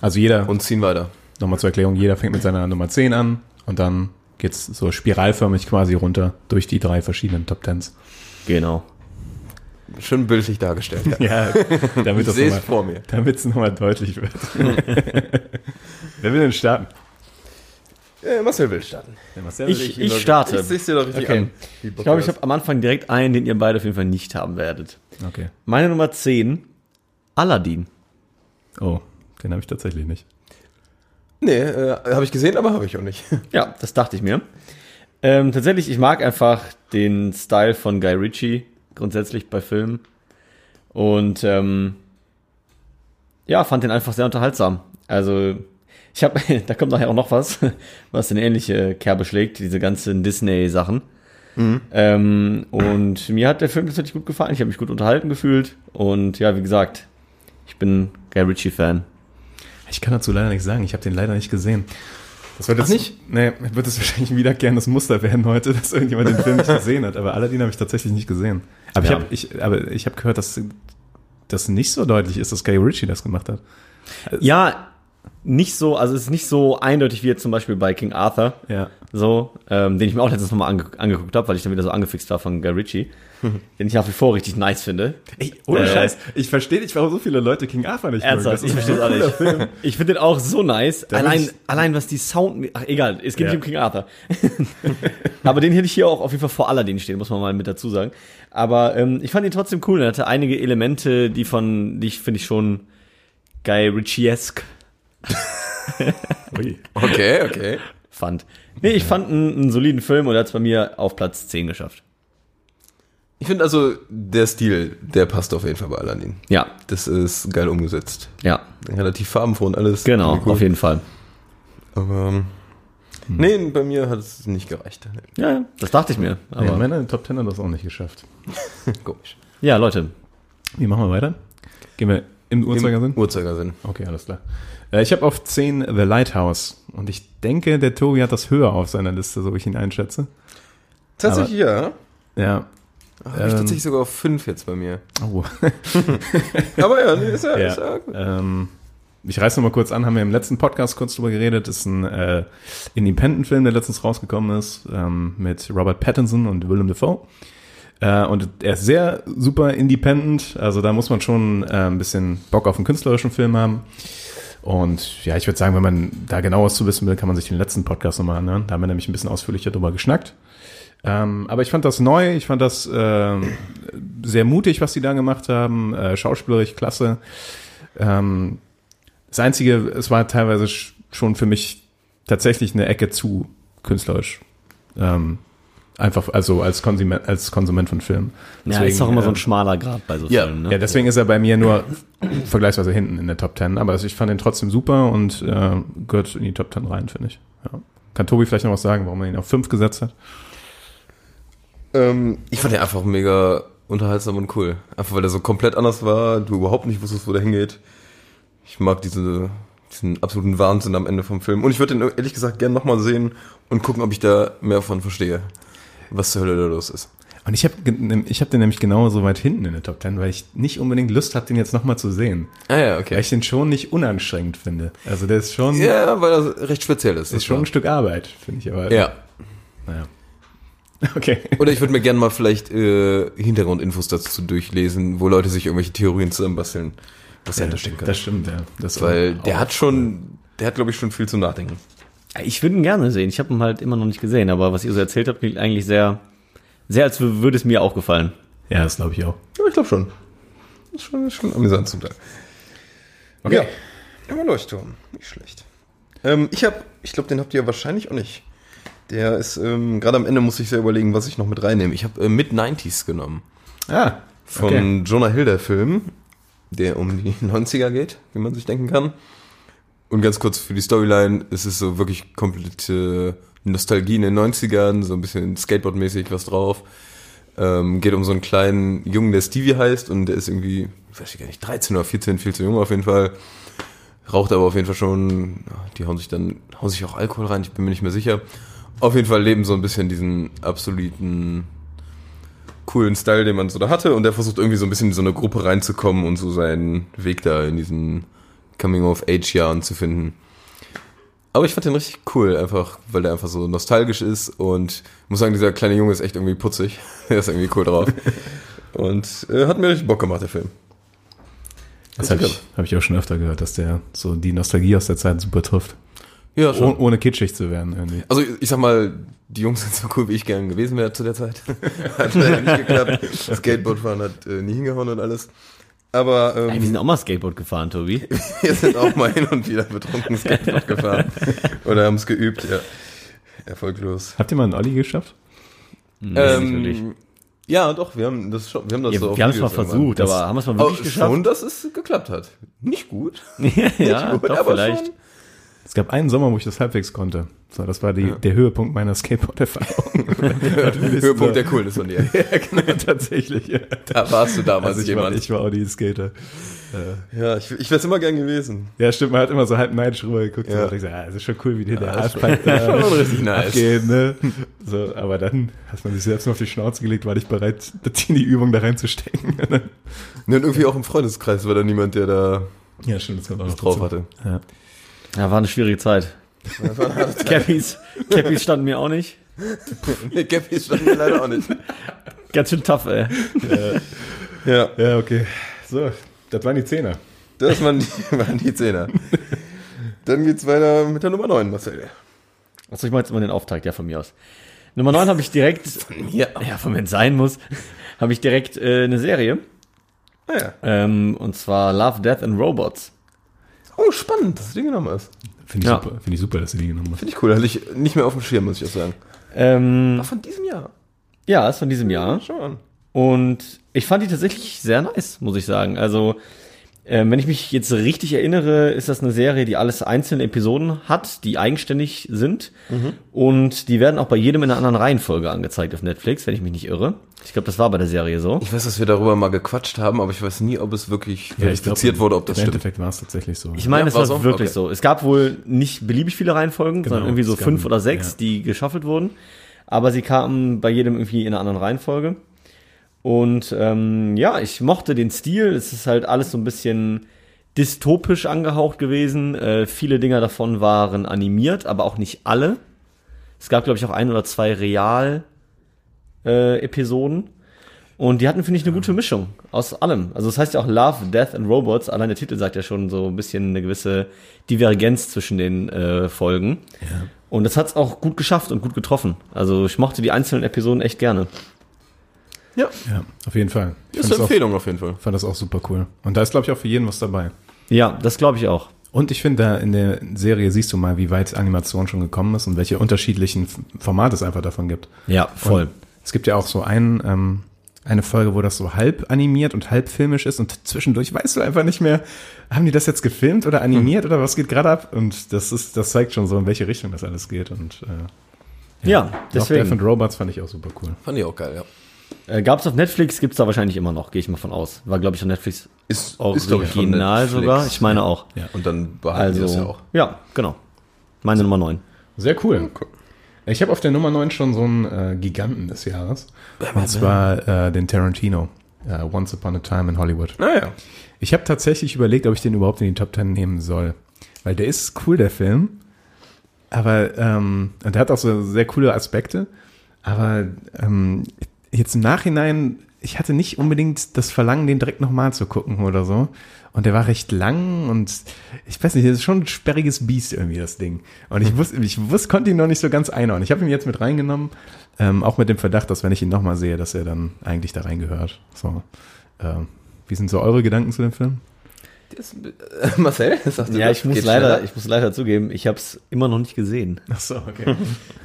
A: Also jeder,
F: und ziehen weiter.
A: Nochmal zur Erklärung, jeder fängt mit seiner Nummer 10 an und dann geht's so spiralförmig quasi runter durch die drei verschiedenen Top Tens.
E: Genau.
F: Schön bildlich dargestellt. Ja.
A: Ja, damit
F: Ich
A: das
F: sehe es
A: nochmal,
F: vor mir.
A: damit es nochmal deutlich wird. Wer will denn starten?
F: Äh, Marcel will starten.
E: Ich, ich starte.
F: Ich sehe es dir doch richtig
E: Okay.
F: an. wie
E: Ich glaube, ich
F: Bock
E: habe am Anfang direkt einen, den ihr beide auf jeden Fall nicht haben werdet.
A: Okay.
E: Meine Nummer 10, Aladdin.
A: Oh, den habe ich tatsächlich nicht.
F: du hast. Nee, äh, habe ich gesehen, aber habe ich auch nicht.
E: Ja, das dachte ich mir. Ähm, tatsächlich, ich mag einfach den Style von Guy Ritchie grundsätzlich bei Filmen. Und ähm, ja, fand den einfach sehr unterhaltsam. Also, ich habe, da kommt nachher auch noch was, was eine ähnliche Kerbe schlägt, diese ganzen Disney-Sachen. Ähm, und mir hat der Film tatsächlich gut gefallen. Ich habe mich gut unterhalten gefühlt. Und ja, wie gesagt, ich bin Guy Ritchie-Fan.
A: Ich kann dazu leider nichts sagen, ich habe den leider nicht gesehen. Das wird
F: Ach,
A: jetzt
F: nicht?
A: Nee, wird es wahrscheinlich ein wiederkehrendes Muster werden heute, dass irgendjemand den Film nicht gesehen hat. Aber Aladdin habe ich tatsächlich nicht gesehen. Aber
E: Ja.
A: ich habe ich, aber ich hab gehört, dass das nicht so deutlich ist, dass Guy Ritchie das gemacht hat.
E: Ja, nicht so, also es ist nicht so eindeutig wie jetzt zum Beispiel bei King Arthur.
A: Ja.
E: So, ähm, den ich mir auch letztens nochmal ange angeguckt habe, weil ich dann wieder so angefixt war von Guy Ritchie, den ich nach wie vor richtig nice finde.
A: Ey, ohne
E: Äh,
A: Scheiß. Ich verstehe nicht, warum so viele Leute King Arthur nicht
E: Ernsthaft, ich
A: mögen. Das ist
E: verstehe es auch nicht. Ich finde den auch so nice.
A: bin
E: Allein,
A: ich-
E: allein was die Sound. Ach, egal, es geht
A: Ja.
E: nicht um King Arthur. Aber den hätte ich hier auch auf jeden Fall vor Aladdin stehen, muss man mal mit dazu sagen. Aber ähm, ich fand ihn trotzdem cool. Er hatte einige Elemente, die von, die ich finde ich schon Guy Ritchiesk
A: Ui.
F: Okay, okay.
E: fand. Nee, ich fand einen, einen soliden Film und er hat es bei mir auf Platz 10 geschafft.
F: Ich finde also, der Stil, der passt auf jeden Fall bei Aladdin.
E: Ja,
F: Das ist geil umgesetzt.
E: ja,
F: Relativ farbenfroh und alles.
E: genau,
F: Cool.
E: auf jeden Hm. Fall.
F: Aber, ähm, nee, bei mir hat es nicht gereicht. Nee,
E: Ja, ja, das dachte ich mir. Aber
A: ja, meine Top Ten hat das auch nicht geschafft.
F: komisch.
E: ja, Leute,
A: Wie machen wir weiter? Gehen wir im Uhrzeigersinn?
F: Im Uhrzeigersinn.
A: Okay, alles klar. Äh, Ich habe auf 10 The Lighthouse und ich denke, der Tobi hat das höher auf seiner Liste, so wie ich ihn einschätze.
F: Tatsächlich, ja.
A: Ja.
E: ähm,
F: Habe ich tatsächlich sogar auf 5 jetzt bei mir.
A: Oh.
F: Aber ja, nee, ist ja, Ist ja
A: ja.
F: gut.
A: Ähm, ich reiß noch mal kurz an, haben wir im letzten Podcast kurz drüber geredet, ist ein äh, Independent-Film, der letztens rausgekommen ist, ähm, mit Robert Pattinson und Willem Dafoe. Äh, und er ist sehr super independent, also da muss man schon äh, ein bisschen Bock auf einen künstlerischen Film haben. Und ja, ich würde sagen, wenn man da genaueres zu wissen will, kann man sich den letzten Podcast nochmal anhören. Da haben wir nämlich ein bisschen ausführlicher drüber geschnackt. Ähm, aber ich fand das neu, ich fand das ähm, sehr mutig, was die da gemacht haben, äh, schauspielerisch klasse. Ähm, das Einzige, es war teilweise sch- schon für mich tatsächlich eine Ecke zu künstlerisch. Ähm, einfach, also als Konsument, als Konsument von Filmen.
E: ja, ist doch immer so ein
A: ähm,
E: schmaler Grad bei so
F: ja,
E: Filmen. Ne?
A: ja, deswegen ist er bei mir nur vergleichsweise hinten in der Top 10. Aber also ich fand ihn trotzdem super und äh, gehört in die Top 10 rein, finde ich. Ja. Kann Tobi vielleicht noch was sagen, warum er ihn auf 5 gesetzt hat?
F: Ähm, ich fand den einfach mega unterhaltsam und cool. Einfach weil der so komplett anders war, du überhaupt nicht wusstest, wo der hingeht. Ich mag diese, diesen absoluten Wahnsinn am Ende vom Film. Und ich würde den ehrlich gesagt gerne nochmal sehen und gucken, ob ich da mehr von verstehe. Was zur Hölle da los ist.
A: Und ich habe ich hab den nämlich genauso weit hinten in der Top 10, weil ich nicht unbedingt Lust habe, den jetzt nochmal zu sehen.
F: Ah ja, okay.
A: Weil ich den schon nicht unanstrengend finde. Also der ist schon,
F: Ja, weil das recht speziell ist.
A: ist schon ein Stück Arbeit, finde ich aber.
F: Ja.
A: Naja. Okay.
F: Oder ich würde mir gerne mal vielleicht äh, Hintergrundinfos dazu durchlesen, wo Leute sich irgendwelche Theorien zusammenbasteln, was dahinter stecken kann.
A: Das stimmt, ja. Das
F: Weil
A: auch-
F: der hat schon, der hat glaube ich schon viel zum Nachdenken.
E: Ich würde ihn gerne sehen. Ich habe ihn halt immer noch nicht gesehen, aber was ihr so erzählt habt, klingt eigentlich sehr, sehr, als wür- würde es mir auch gefallen.
A: Ja, das glaube ich auch.
F: Ja, ich glaube schon. Ist schon, ist schon amüsant zum Teil.
A: Okay.
F: Ja, immer Leuchtturm. Nicht schlecht. Ähm, ich habe, ich glaube, den habt ihr wahrscheinlich auch nicht. Der ist, ähm, gerade am Ende muss ich sehr überlegen, was ich noch mit reinnehme. Ich habe äh, Mid-90s genommen.
A: Ah.
F: Von
A: Okay.
F: Jonah Hill, der Film, der um die 90er geht, wie man sich denken kann. Und ganz kurz für die Storyline, es ist so wirklich komplette Nostalgie in den 90ern, so ein bisschen Skateboard-mäßig was drauf. Ähm, geht um so einen kleinen Jungen, der Stevie heißt und der ist irgendwie, weiß ich gar nicht, 13 oder 14, viel zu jung auf jeden Fall. Raucht aber auf jeden Fall schon, die hauen sich dann, hauen sich auch Alkohol rein, ich bin mir nicht mehr sicher. Auf jeden Fall leben so ein bisschen diesen absoluten coolen Style, den man so da hatte und der versucht irgendwie so ein bisschen in so eine Gruppe reinzukommen und so seinen Weg da in diesen Coming-of-Age-Jahren zu finden. Aber ich fand den richtig cool, einfach, weil der einfach so nostalgisch ist und ich muss sagen, dieser kleine Junge ist echt irgendwie putzig. der ist irgendwie cool drauf. und äh, hat mir richtig Bock gemacht, der Film.
A: Das habe ich, hab ich auch schon öfter gehört, dass der so die Nostalgie aus der Zeit super trifft.
F: Ja,
A: Oh, ohne kitschig zu werden irgendwie.
F: Also ich sag mal, die Jungs sind so cool, wie ich gern gewesen wäre zu der Zeit. hat leider nicht geklappt. Skateboardfahren hat äh, nie hingehauen und alles. Aber
E: Ey,
F: ähm,
E: wir sind auch mal Skateboard gefahren, Tobi.
F: wir sind auch mal hin und wieder betrunken Skateboard gefahren. Oder haben es geübt, ja. Erfolglos. Ähm,
A: Habt ihr mal einen Olli geschafft?
E: nicht wirklich.
F: ja, doch, wir haben das schon, wir haben das
E: Ja,
F: so auf
E: wir haben es mal
F: Videos
E: versucht,
F: irgendwann.
E: aber haben wir es mal
F: Aber
E: wirklich geschafft?
F: Oh, schon, dass es geklappt hat. Nicht gut.
E: ja,
F: gut,
E: doch, vielleicht.
F: schon.
A: Es gab einen Sommer, wo ich das halbwegs konnte. So, das war die, der Höhepunkt meiner Skateboard-Erfahrung.
F: Höhepunkt der Coolness von dir.
A: Ja, genau, tatsächlich. Ja.
F: Da warst du damals
A: Also ich, war,
F: jemand.
A: ich war Olli-Skater.
F: ja, ich, ich wäre immer gern gewesen.
A: Ja, stimmt, man hat immer so halb neidisch rüber geguckt
F: Ja.
A: und hat gesagt, ah, das ist schon cool, wie dir der
F: Ja, das
A: Arschpipe da ne?
F: schon richtig nice.
A: abgeht, ne? So, aber dann hat man sich selbst nur auf die Schnauze gelegt, war ich bereit, in die Übung da reinzustecken.
F: Ne, Und irgendwie auch im Freundeskreis war da niemand, der da
A: ja, stimmt, das kommt auch
F: was
A: noch
F: drauf
A: dazu.
F: hatte.
A: Ja.
E: Ja, war eine schwierige Zeit. Cappies, Cappies standen mir auch nicht.
F: Nee, Gabby stand mir leider auch nicht.
E: Ganz schön tough, ey.
F: Ja,
A: ja, okay. So, das waren die Zehner.
F: das waren die, waren die Zehner. Dann geht's weiter mit der Nummer 9, Marcel.
E: Achso, ich mach jetzt mal den Auftakt, ja, von mir aus. Nummer 9 habe ich direkt,
F: Ja.
E: ja, von mir sein muss, habe ich direkt äh, eine Serie.
F: Ah ja.
E: Ähm, und zwar Love, Death and Robots.
F: Oh, spannend, dass du den genommen hast.
A: Finde ich,
E: Ja.
A: super, finde ich super, dass du die genommen hast.
F: Finde ich cool. Hatte ich nicht mehr auf dem Schirm, muss ich Hm. auch sagen.
E: Ähm,
F: War von diesem Jahr.
E: ja, ist von diesem Jahr.
F: Schau an.
E: Und ich fand die tatsächlich sehr nice, muss ich sagen. Also, ähm, wenn ich mich jetzt richtig erinnere, ist das eine Serie, die alles einzelne Episoden hat, die eigenständig sind. Und die werden auch bei jedem in einer anderen Reihenfolge angezeigt auf Netflix, wenn ich mich nicht irre. Ich glaube, das war bei der Serie so.
F: Ich weiß, dass wir darüber mal gequatscht haben, aber ich weiß nie, ob es wirklich
A: ich glaub,
F: verifiziert wurde, ob das
A: Im
F: stimmt.
A: Endeffekt war es tatsächlich so.
E: Ich meine,
F: Ja,
E: es war
F: war's auch?
E: wirklich
F: Okay.
E: so. Es gab wohl nicht beliebig viele Reihenfolgen, sondern irgendwie so
A: Genau, es gab-
E: fünf oder sechs,
A: ja.
E: die geschaffelt wurden. Aber sie kamen bei jedem irgendwie in einer anderen Reihenfolge. Und ähm, ja, ich mochte den Stil. Es ist halt alles so ein bisschen dystopisch angehaucht gewesen. Äh, viele Dinger davon waren animiert, aber auch nicht alle. Es gab, glaube ich, auch ein oder zwei Real-Episoden. Und die hatten, finde ich, eine gute Mischung aus allem. Also es das heißt ja auch Love, Death and Robots. Allein der Titel sagt ja schon so ein bisschen eine gewisse Divergenz zwischen den äh, Folgen. Und das hat es auch gut geschafft und gut getroffen. Also ich mochte die einzelnen Episoden echt gerne.
F: Ja,
A: ja, auf jeden Fall. Ich
F: ist
A: fand das
F: eine
A: auch,
F: Empfehlung auf jeden Fall.
A: fand das auch super cool. Und da ist, glaube ich, auch für jeden was dabei.
E: Ja, das glaube ich auch.
A: Und ich finde, da in der Serie siehst du mal, wie weit Animation schon gekommen ist und welche unterschiedlichen F- Formate es einfach davon gibt.
E: Ja, voll.
A: Und es gibt ja auch so einen, ähm, eine Folge, wo das so halb animiert und halb filmisch ist und zwischendurch weißt du einfach nicht mehr, haben die das jetzt gefilmt oder animiert
E: Hm.
A: oder was geht gerade ab? Und das ist, das zeigt schon so, in welche Richtung das alles geht. Und äh,
E: ja,
A: auch Death and
E: deswegen.
A: Robots fand ich auch super cool.
F: Fand ich auch geil, ja.
E: Äh, gab's auf Netflix, gibt's da wahrscheinlich immer noch, gehe ich mal von aus. War, glaube ich, auf Netflix
F: Ist, glaub von
E: original
F: Netflix.
E: sogar. Ich meine auch.
A: Ja.
F: Und dann behalten also, die das ja
E: Also,
F: auch.
E: ja, genau. Meine Nummer neun.
A: Sehr cool. Ich habe auf der Nummer 9 schon so einen äh, Giganten des Jahres. Und zwar äh, den Tarantino. Äh, Once Upon a Time in Hollywood.
F: Naja.
A: Ich habe tatsächlich überlegt, ob ich den überhaupt in die Top 10 nehmen soll. Weil der ist cool, der Film. Aber, ähm, und der hat auch so sehr coole Aspekte. Aber ähm, jetzt im Nachhinein, ich hatte nicht unbedingt das Verlangen, den direkt nochmal zu gucken oder so. Und der war recht lang und ich weiß nicht, das ist schon ein sperriges Biest irgendwie, das Ding. Und ich wusste, ich wusste, konnte ihn noch nicht so ganz einordnen. Ich habe ihn jetzt mit reingenommen, ähm, auch mit dem Verdacht, dass wenn ich ihn nochmal sehe, dass er dann eigentlich da reingehört. So. Ähm, wie sind so eure Gedanken zu dem Film?
F: Das, äh, Marcel, sagst du,
E: Ja,
F: das
E: ich muss
F: geht
E: leider,
F: schneller?
E: ich muss leider zugeben, ich habe es immer noch nicht gesehen.
A: Ach so, okay.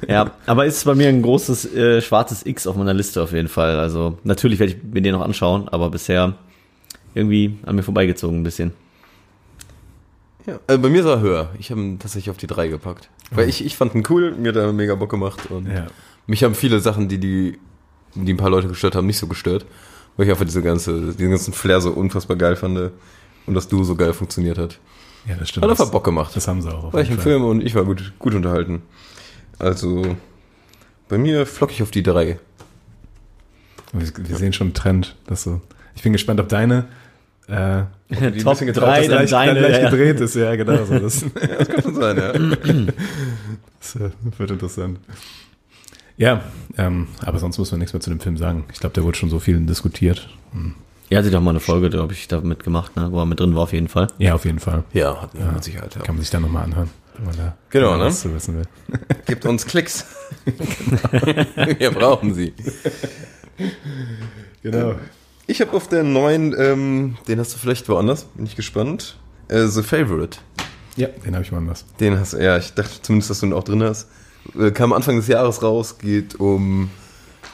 E: Ja, aber ist bei mir ein großes äh, schwarzes X auf meiner Liste auf jeden Fall. Also natürlich werde ich mir den noch anschauen, aber bisher irgendwie an mir vorbeigezogen ein bisschen.
F: Ja. Also bei mir ist er höher. Ich habe ihn tatsächlich auf die 3 gepackt. Weil ich, ich fand ihn cool, mir hat er mega Bock gemacht. Und
A: Ja.
F: mich haben viele Sachen, die, die, die ein paar Leute gestört haben, nicht so gestört. Weil ich einfach diese ganze, diesen ganzen Flair so unfassbar geil fand und das Duo so geil funktioniert hat.
A: ja, das stimmt.
F: Hat
A: Das,
F: einfach Bock gemacht.
A: das haben sie auch. auf
F: war ich
A: jeden
F: im
A: Fall.
F: Film und ich war gut, gut unterhalten. Also bei mir flock ich auf die 3.
A: Wir, wir sehen schon einen Trend. Das so. Ich bin gespannt, ob deine äh,
E: Top
F: bisschen getraut,
A: das
E: drei, dann
A: leicht, dann
E: deine.
A: leicht
E: Ja, ja.
A: gedreht ist. Ja, genau. So. Das,
F: Kann sein, ja.
A: das äh, wird interessant. Ja, ähm, aber sonst muss man nichts mehr zu dem Film sagen. Ich glaube, der wurde schon so viel diskutiert.
E: Er hatte doch mal eine Folge, glaube ich, da mitgemacht, ne? wo er mit drin war auf jeden Fall.
A: Ja, auf jeden Fall.
F: Ja, hat mir mit Sicherheit. Ja.
A: Kann man sich dann nochmal anhören, wenn man da
F: Genau,
A: wenn man
F: ne?
A: was zu wissen will.
F: Gibt uns Klicks. Wir brauchen sie.
A: Genau.
F: Ich habe auf der neuen, ähm, den hast du vielleicht woanders, bin ich gespannt. Äh, The Favorite.
A: Ja. Den habe ich mal anders.
F: Den hast du, ja, ich dachte zumindest, dass du ihn auch drin hast. Äh, kam Anfang des Jahres raus, geht um,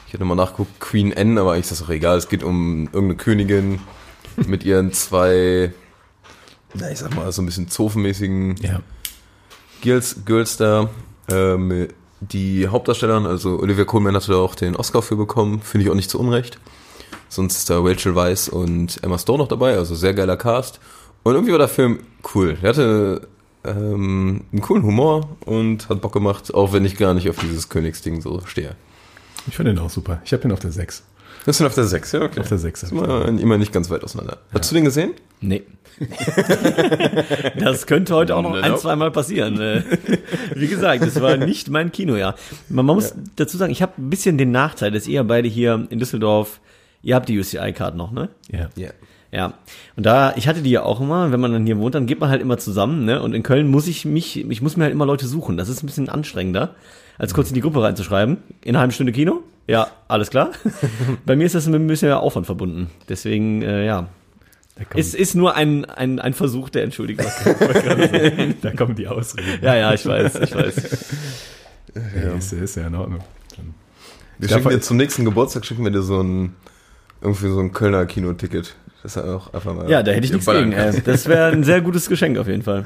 F: ich hätte mal nachgeguckt, Queen Anne, aber eigentlich ist das auch egal. Es geht um irgendeine Königin mit ihren zwei, na, ich sag mal, so ein bisschen zoofenmäßigen
A: Ja.
F: Girls, Girls da. Ähm, die Hauptdarstellerin, also Olivia Colman hatte da auch den Oscar für bekommen, finde ich auch nicht zu Unrecht. Sonst ist da Rachel Weisz und Emma Stone noch dabei, also sehr geiler Cast. Und irgendwie war der Film cool. Der hatte ähm, einen coolen Humor und hat Bock gemacht, auch wenn ich gar nicht auf dieses Königsding so stehe.
A: Ich finde den auch super. Ich habe den auf der 6.
F: Das sind auf der 6, ja, okay.
A: Auf der 6.
F: Immer, immer nicht ganz weit auseinander. Hast du den gesehen?
E: Nee. das könnte heute auch noch ein,
F: Nope.
E: zweimal passieren. Äh, Wie gesagt, das war nicht mein Kinojahr. Man, man muss dazu sagen, ich habe ein bisschen den Nachteil, dass ihr beide hier in Düsseldorf, ihr habt die UCI-Card noch, ne?
A: Ja.
F: Ja.
E: Ja. Und da, ich hatte die ja auch immer, wenn man dann hier wohnt, dann geht man halt immer zusammen, ne? Und in Köln muss ich mich, ich muss mir halt immer Leute suchen. Das ist ein bisschen anstrengender, als kurz in die Gruppe reinzuschreiben. In einer halben Stunde Kino? Ja, alles klar. Bei mir ist das mit ein bisschen mehr Aufwand verbunden. Deswegen, äh, ja.
A: Da, kommen,
E: Es ist nur ein, ein, ein Versuch, der entschuldigt was.
A: da kommen die Ausreden.
E: ja, ja, ich weiß, ich weiß.
A: Ja. Ist, ist ja in Ordnung.
F: Wir
A: Darf
F: schicken dir
A: ich-
F: zum nächsten Geburtstag schicken wir dir so ein Irgendwie so ein Kölner Kinoticket. Das ist ja auch einfach mal.
E: Ja, da hätte ich nichts gegen. Ey. Das wäre ein sehr gutes Geschenk auf jeden Fall.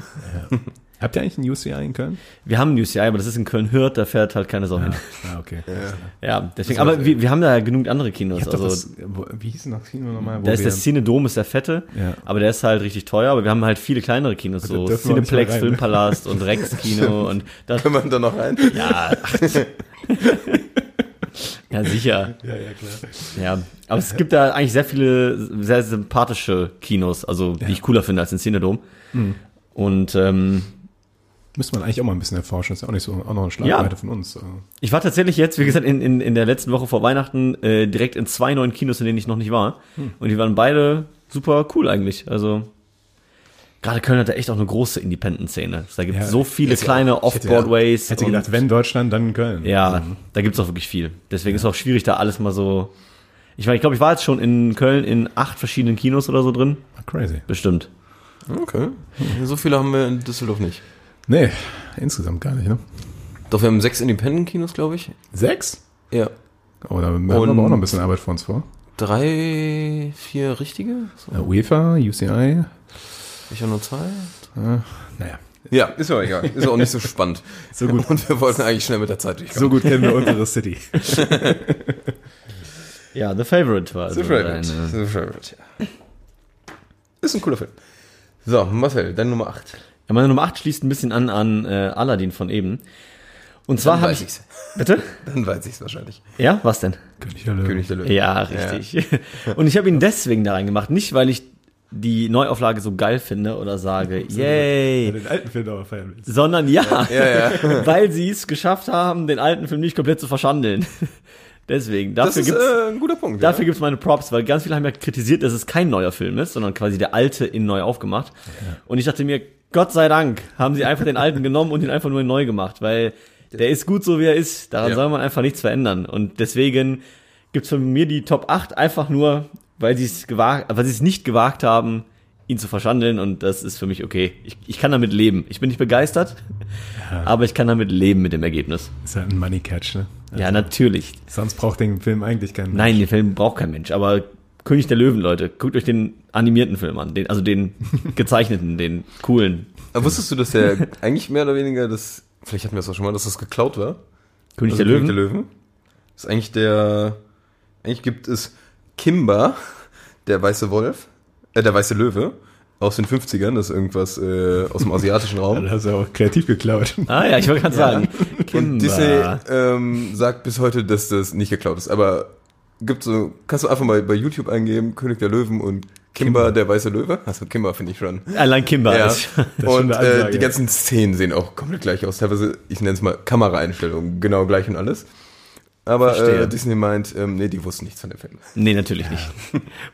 A: Habt ihr eigentlich ein UCI in Köln?
E: Wir haben ein UCI, aber das ist in Köln Hürth, da fährt halt keine Sau hin.
A: Ah, okay.
E: Ja, deswegen. Aber wir, wir haben da genug andere Kinos.
A: Ich hab doch
E: Also
A: das, wo, wie hieß denn das Kino nochmal? wo
E: da ist
A: wir-
E: der Cinedom ist der fette,
A: Ja.
E: aber der ist halt richtig teuer. Aber wir haben halt viele kleinere Kinos, so
A: dürfen wir auch nicht mal
E: Cineplex,
A: rein. ne?
E: Filmpalast und Rex Kino und das.
F: Können wir da noch rein?
E: Ja, ja sicher.
A: ja, ja, klar.
E: Ja, aber es gibt da eigentlich sehr viele sehr sympathische Kinos, also die ich cooler finde als den Cinedom.
A: Mhm.
E: Und ähm,
A: Müsste man eigentlich auch mal ein bisschen erforschen. Ist ja auch nicht so auch noch eine Schlagweite
E: Schlagweite
A: von uns. So.
E: ich war tatsächlich jetzt, wie gesagt, in, in, in der letzten Woche vor Weihnachten äh, direkt in zwei neuen Kinos, in denen ich noch nicht war. Und die waren beide super cool eigentlich. Also gerade Köln hat da echt auch eine große Independent-Szene. Da gibt es
A: Ja,
E: so viele
A: hätte-
E: kleine Off-Broadways.
A: Hätte
E: und-
A: gedacht, wenn Deutschland, dann Köln.
E: Ja, da gibt's auch wirklich viel. Deswegen ist es auch schwierig, da alles mal so. Ich meine, ich glaube, ich war jetzt schon in Köln in acht verschiedenen Kinos oder so drin.
A: Ah, Crazy.
E: Bestimmt.
F: Okay. Mhm. So viele haben wir in Düsseldorf nicht.
A: Nee, insgesamt gar nicht, ne?
F: Doch, wir haben sechs Independent-Kinos, glaube ich.
A: Sechs?
F: Ja.
A: Oh, da haben wir aber auch noch ein bisschen Arbeit vor uns vor.
F: Drei, vier richtige? So,
A: Äh, UEFA, UCI,
F: ich habe nur zwei.
A: äh, naja.
F: Ja, ist ja egal. Ist auch nicht so spannend.
A: So gut.
F: Und wir wollten eigentlich schnell mit der Zeit durchkommen.
A: gut kennen wir unsere City.
E: Ja, The Favorite war also
F: The Favorite.
E: deine-
F: The Favorite, ja. Ist ein cooler Film. So, Marcel, deine Nummer 8.
E: Ja, meine Nummer 8 schließt ein bisschen an an äh, Aladdin von eben. Und zwar habe ich.
F: ich's.
E: Bitte?
F: Dann weiß ich's wahrscheinlich.
E: Ja, was denn?
A: König der Löwen.
F: König der Löwen.
E: Ja, richtig. Und ich habe ihn deswegen da reingemacht. Nicht, weil ich die Neuauflage so geil finde oder sage,
A: Wenn
E: yay.
A: du den alten Film aber feiern willst.
E: Sondern ja,
F: Ja, ja.
E: weil sie es geschafft haben, den alten Film nicht komplett zu verschandeln. Deswegen, dafür
F: Das ist
E: gibt's.
F: äh, ein guter Punkt.
E: Dafür gibt's meine Props, weil ganz viele haben ja kritisiert, dass es kein neuer Film ist, sondern quasi der alte in neu aufgemacht. Und ich dachte mir, Gott sei Dank haben sie einfach den alten genommen und ihn einfach nur in neu gemacht, weil der ist gut so, wie er ist. Daran
F: Ja.
E: soll man einfach nichts verändern. Und deswegen gibt's von mir die Top 8 einfach nur, weil sie es gewagt, weil sie es nicht gewagt haben, ihn zu verschandeln. Und das ist für mich okay. Ich, ich kann damit leben. Ich bin nicht begeistert, aber ich kann damit leben mit dem Ergebnis.
A: Ist halt ein Money Catch, ne?
E: Ja, natürlich.
A: Sonst braucht den Film eigentlich keinen.
E: Nein, den Film braucht kein Mensch, aber König der Löwen, Leute, guckt euch den animierten Film an, den, also den gezeichneten, den coolen.
F: Aber wusstest du, dass der eigentlich mehr oder weniger das, vielleicht hatten wir das auch schon mal, dass das geklaut war?
E: König
F: Also
E: der Löwen.
F: König der Löwen. Ist eigentlich der, eigentlich gibt es Kimba, der weiße Wolf, äh, der weiße Löwe aus den 50ern, das ist irgendwas äh, aus dem asiatischen
A: Ja,
F: Raum.
A: Das ist ja auch kreativ geklaut.
E: Ah ja, ich wollte gerade sagen. Kimba.
F: Und Disney ähm, sagt bis heute, dass das nicht geklaut ist, aber gibt so, kannst du einfach mal bei YouTube eingeben, König der Löwen und Kimba, der weiße Löwe. Also Kimba finde ich schon.
E: Allein Kimba.
F: Ja.
E: ist-
A: schon
F: Und
A: eine
F: äh,
A: Ansage.
F: die ganzen Szenen sehen auch komplett gleich aus. Teilweise, ich nenne es mal Kameraeinstellungen, genau gleich und alles. Aber
E: Verstehe.
F: äh, Disney meint, ähm, nee, die wussten nichts von dem Film.
E: Nee, natürlich nicht.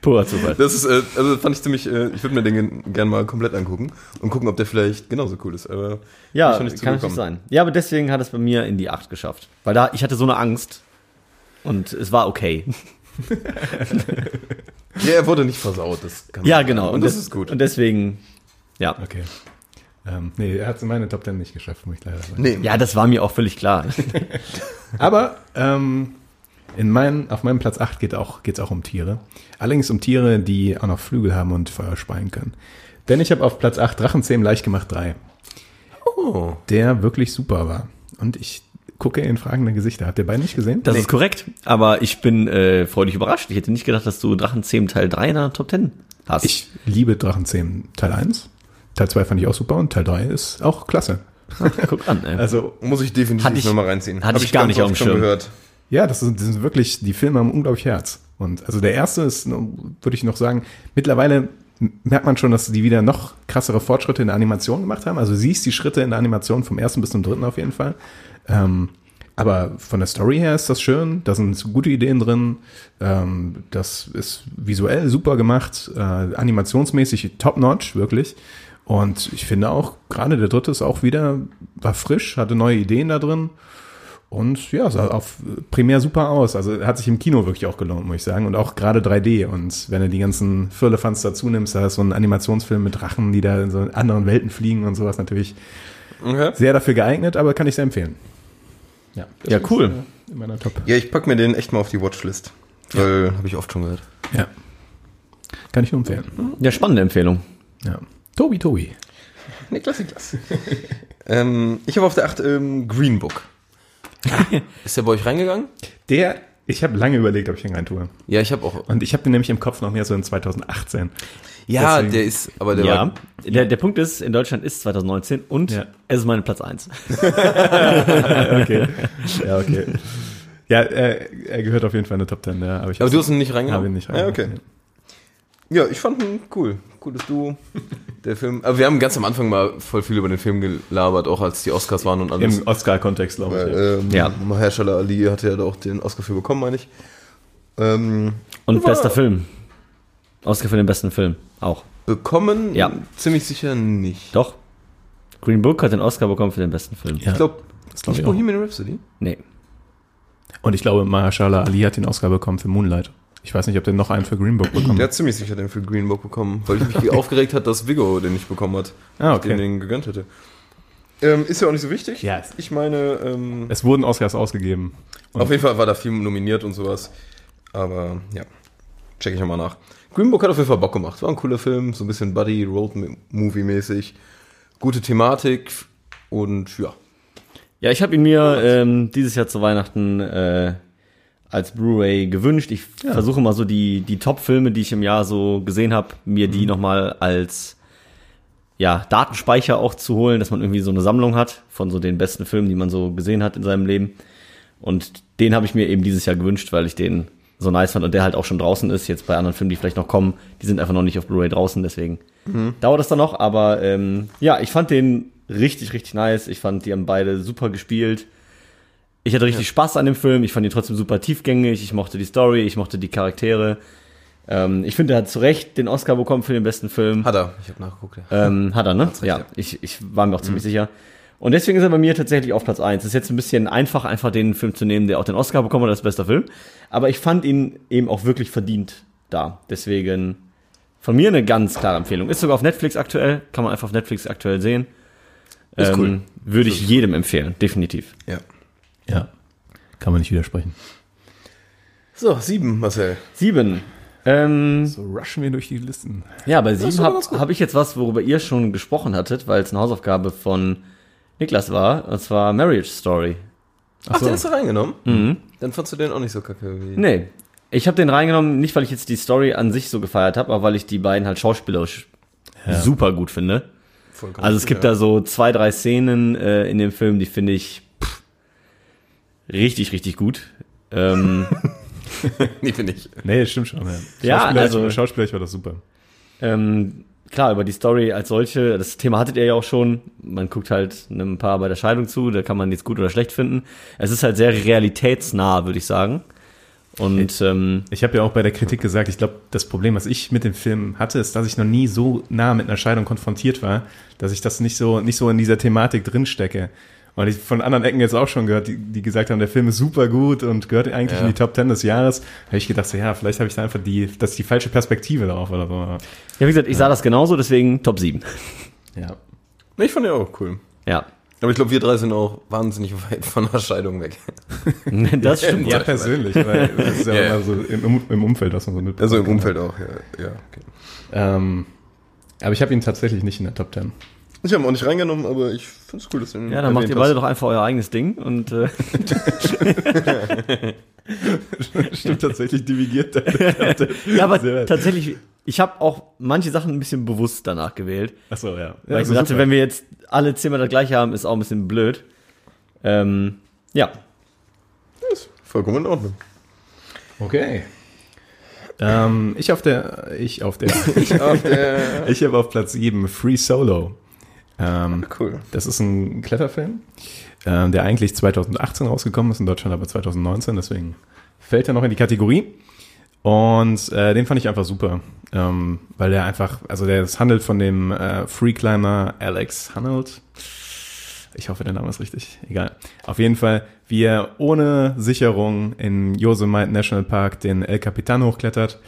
E: Purer Zufall.
F: Das ist, äh, also das fand ich ziemlich, äh, ich würde mir den gen- gern mal komplett angucken und gucken, ob der vielleicht genauso cool ist. Aber
E: Ja,
F: bin ich noch
E: kann
F: nicht
E: nicht
F: zugekommen.
E: sein. Ja, aber deswegen hat es bei mir in die 8 geschafft. Weil da, ich hatte so eine Angst. Und es war okay.
F: Ja, er wurde nicht versaut, das kann man
E: Ja,
F: sagen.
E: genau.
F: Und das,
E: des-
F: ist gut.
E: Und deswegen, ja.
A: Okay. Ähm, nee, er hat es in meine Top Ten nicht geschafft, muss ich leider sagen.
F: nee,
E: Ja, das war mir auch völlig klar.
A: Aber ähm, in meinen, auf meinem Platz 8 geht auch, geht's auch um Tiere. Allerdings um Tiere, die auch noch Flügel haben und Feuer speien können. Denn ich habe auf Platz 8 Drachenzähmen leicht gemacht 3,
F: oh,
A: der wirklich super war. Und ich gucke in fragende Gesichter. Habt ihr beide nicht gesehen?
E: Das ist korrekt, aber ich bin äh, freudig überrascht. Ich hätte nicht gedacht, dass du Drachenzähmen Teil 3 in der Top 10 hast.
A: ich liebe Drachenzähmen Teil 1. Teil 2 fand ich auch super und Teil 3 ist auch klasse.
E: guck an, ey.
A: Also,
F: muss ich definitiv
E: Hatte ich-
F: noch mal reinziehen.
E: hatte
F: Hab
E: ich gar
F: ganz
E: nicht auf
F: oft
E: dem
F: schon
E: Schirm.
F: gehört.
A: Ja, das sind, das sind wirklich, die Filme haben unglaublich Herz. Und also der erste ist, würde ich noch sagen, mittlerweile merkt man schon, dass die wieder noch krassere Fortschritte in der Animation gemacht haben. Also siehst die Schritte in der Animation vom ersten bis zum dritten auf jeden Fall. Ähm, aber von der Story her ist das schön, da sind gute Ideen drin, ähm, das ist visuell super gemacht, äh, animationsmäßig top-notch, wirklich. Und ich finde auch, gerade der dritte ist auch wieder, war frisch, hatte neue Ideen da drin. Und ja, sah auf primär super aus. Also hat sich im Kino wirklich auch gelohnt, muss ich sagen. Und auch gerade 3D. Und wenn du die ganzen Firlefanz dazu nimmst, da ist so ein Animationsfilm mit Drachen, die da in so anderen Welten fliegen und sowas natürlich
F: Okay.
A: sehr dafür geeignet, aber kann ich sehr empfehlen. Ja,
E: ja, cool.
A: äh, in meiner Top.
F: Ja, ich pack mir den echt mal auf die Watchlist. Weil, habe ich oft schon gehört.
A: Ja. Kann ich nur empfehlen.
E: Ja, spannende Empfehlung.
A: Ja. Tobi, Tobi.
F: Niklas, Niklas. ähm, ich habe auf der 8 ähm, Green Book. Ist der bei euch reingegangen?
A: Der, ich habe lange überlegt, ob ich ihn rein tue.
F: Ja, ich habe auch.
A: Und ich habe den nämlich im Kopf noch mehr so in 2018.
F: Ja,
A: Deswegen-
F: der ist, aber der
E: Ja.
F: war.
E: Der, der Punkt ist, in Deutschland ist 2019 und
A: Ja.
E: es ist mein Platz 1.
A: Okay. ja, okay. Ja, er, er gehört auf jeden Fall in eine Top Ten, ja. Aber, ich
F: Aber du hast ihn nicht
A: hab ihn
F: reingegangen.
A: nicht
F: Ja, okay. Ja, ich fand ihn cool. Cooles Duo. Der Film. Aber wir haben ganz am Anfang mal voll viel über den Film gelabert, auch als die Oscars waren und alles.
A: Im Oscar-Kontext, glaube ich. ja.
F: Weil, ähm,
E: Ja.
F: Mahershala Ali hatte ja da auch den Oscar für bekommen, meine ich. Ähm,
E: Und
F: War-
E: bester Film. Oscar für den besten Film. Auch.
F: bekommen?
E: Ja.
F: Ziemlich sicher nicht.
E: Doch. Green Book hat den Oscar bekommen für den besten Film.
A: Ja.
F: Ich glaube,
A: Das glaub
F: nicht
A: ich auch.
F: Bohemian Rhapsody.
E: Nee.
A: Und ich glaube, Mahershala Ali hat den Oscar bekommen für Moonlight. Ich weiß nicht, ob der noch einen für Green Book bekommen
F: Der
A: hat.
F: hat ziemlich sicher den für Green Book bekommen, weil ich mich aufgeregt hat, dass Vigo den nicht bekommen hat.
A: Ah,
F: Ich Den,
A: okay.
F: den gegönnt hätte. Ähm, ist ja auch nicht so wichtig.
A: Ja, ist-
F: Ich meine, ähm,
A: Es wurden Oscars ausgegeben. Und
F: auf jeden Fall war da viel nominiert und sowas. Aber ja, check ich nochmal nach. Green Book hat auf jeden Fall Bock gemacht. War ein cooler Film, so ein bisschen Buddy, Road-Movie-mäßig. Gute Thematik und ja.
E: Ja, ich habe ihn mir ähm, dieses Jahr zu Weihnachten äh, als Blu-ray gewünscht. Ich versuche mal so die, die Top-Filme, die ich im Jahr so gesehen habe, mir die nochmal als ja, Datenspeicher auch zu holen, dass man irgendwie so eine Sammlung hat von so den besten Filmen, die man so gesehen hat in seinem Leben. Und den habe ich mir eben dieses Jahr gewünscht, weil ich den so nice fand und der halt auch schon draußen ist. Jetzt bei anderen Filmen, die vielleicht noch kommen, die sind einfach noch nicht auf Blu-ray draußen, deswegen dauert das dann noch. Aber ähm, ja, ich fand den richtig, richtig nice. Ich fand, die haben beide super gespielt. Ich hatte richtig Spaß an dem Film. Ich fand ihn trotzdem super tiefgängig. Ich mochte die Story, ich mochte die Charaktere. Ähm, ich finde, er hat zu Recht den Oscar bekommen für den besten Film.
F: Hat er. Äh, Ich habe nachgeguckt. Ja.
E: Ähm, hat er, ne?
F: recht,
E: Ja, Mhm. ich, ich war mir auch ziemlich sicher. Und deswegen ist er bei mir tatsächlich auf Platz 1. Ist jetzt ein bisschen einfach, einfach den Film zu nehmen, der auch den Oscar bekommen hat als bester Film. Aber ich fand ihn eben auch wirklich verdient da. Deswegen von mir eine ganz klare Empfehlung. Ist sogar auf Netflix aktuell. Kann man einfach auf Netflix aktuell sehen.
F: Ist
E: ähm,
F: cool.
E: Würde ich jedem empfehlen, definitiv.
F: ja.
A: Ja. Kann man nicht widersprechen.
F: So, sieben, Marcel.
E: Sieben. Ähm,
A: So rushen wir durch die Listen.
E: Ja, bei
F: ist
E: sieben
F: doch
E: habe
F: ganz gut.
E: hab ich jetzt was, worüber ihr schon gesprochen hattet, weil es eine Hausaufgabe von Niklas war, und zwar Marriage Story.
F: Ach, den hast du reingenommen? Dann fandst du den auch nicht so kacke wie.
E: Nee, ich habe den reingenommen, nicht weil ich jetzt die Story an sich so gefeiert habe, aber weil ich die beiden halt schauspielerisch super gut finde.
F: Vollkommen
E: Also es gibt da so zwei, drei Szenen äh, in dem Film, die finde ich pff, richtig, richtig gut. Ähm,
F: Nee, finde ich.
A: Nee, stimmt schon. Ja,
E: Ja, also-
A: Schauspielerisch war das super.
E: Ähm, klar, über die Story als solche, das Thema hattet ihr ja auch schon. Man guckt halt einem Paar bei der Scheidung zu, da kann man jetzt gut oder schlecht finden. Es ist halt sehr realitätsnah, würde ich sagen. Und ähm,
A: Ich habe ja auch bei der Kritik gesagt, ich glaube, das Problem, was ich mit dem Film hatte, ist, dass ich noch nie so nah mit einer Scheidung konfrontiert war, dass ich das nicht so, nicht so in dieser Thematik drinstecke. Und ich von anderen Ecken jetzt auch schon gehört, die, die gesagt haben, der Film ist super gut und gehört eigentlich in die Top Ten des Jahres. Habe ich gedacht, so, ja, vielleicht habe ich da einfach die, das ist die falsche Perspektive drauf oder so.
E: ja, wie gesagt, ich sah das genauso, deswegen Top 7.
A: Ja.
F: Nee, ich fand den auch cool.
E: Ja,
F: Aber ich glaube, wir drei sind auch wahnsinnig weit von der Scheidung weg.
E: das stimmt.
A: Ja, persönlich, weil das ist ja
F: Ja, ja.
A: immer so im, Um- im Umfeld, was man so mitbekommt.
F: Also im Umfeld auch, ja. ja okay.
A: Ähm, aber ich habe ihn tatsächlich nicht in der Top Ten.
F: Ich habe ihn auch nicht reingenommen, aber ich finde es cool, dass du den
E: Ja, dann macht ihr
F: erwähnt
E: beide
F: hast.
E: doch einfach euer eigenes Ding und äh,
A: Stimmt tatsächlich dividiert. der Top Ten.
E: ja, aber
A: Sehr weit.
E: tatsächlich, ich habe auch manche Sachen ein bisschen bewusst danach gewählt.
A: Ach so, ja.
E: Weil ich mir dachte, also, wenn wir jetzt alle Zimmer das gleiche haben, ist auch ein bisschen blöd. Ähm, ja,
F: Vollkommen in Ordnung.
A: okay. Ähm, ich auf der, ich auf der,
F: Ach, äh,
A: ich habe auf Platz 7 Free Solo. Ähm,
F: cool.
A: das ist ein Kletterfilm, ähm, der eigentlich 2018 rausgekommen ist, in Deutschland aber 2019, deswegen fällt er noch in die Kategorie. Und äh, den fand ich einfach super, ähm, weil der einfach, also der es handelt von dem äh, Freeclimber Alex Hunnelt. Ich hoffe, der Name ist richtig. Egal. Auf jeden Fall, wie er ohne Sicherung in Yosemite National Park den El Capitan hochklettert.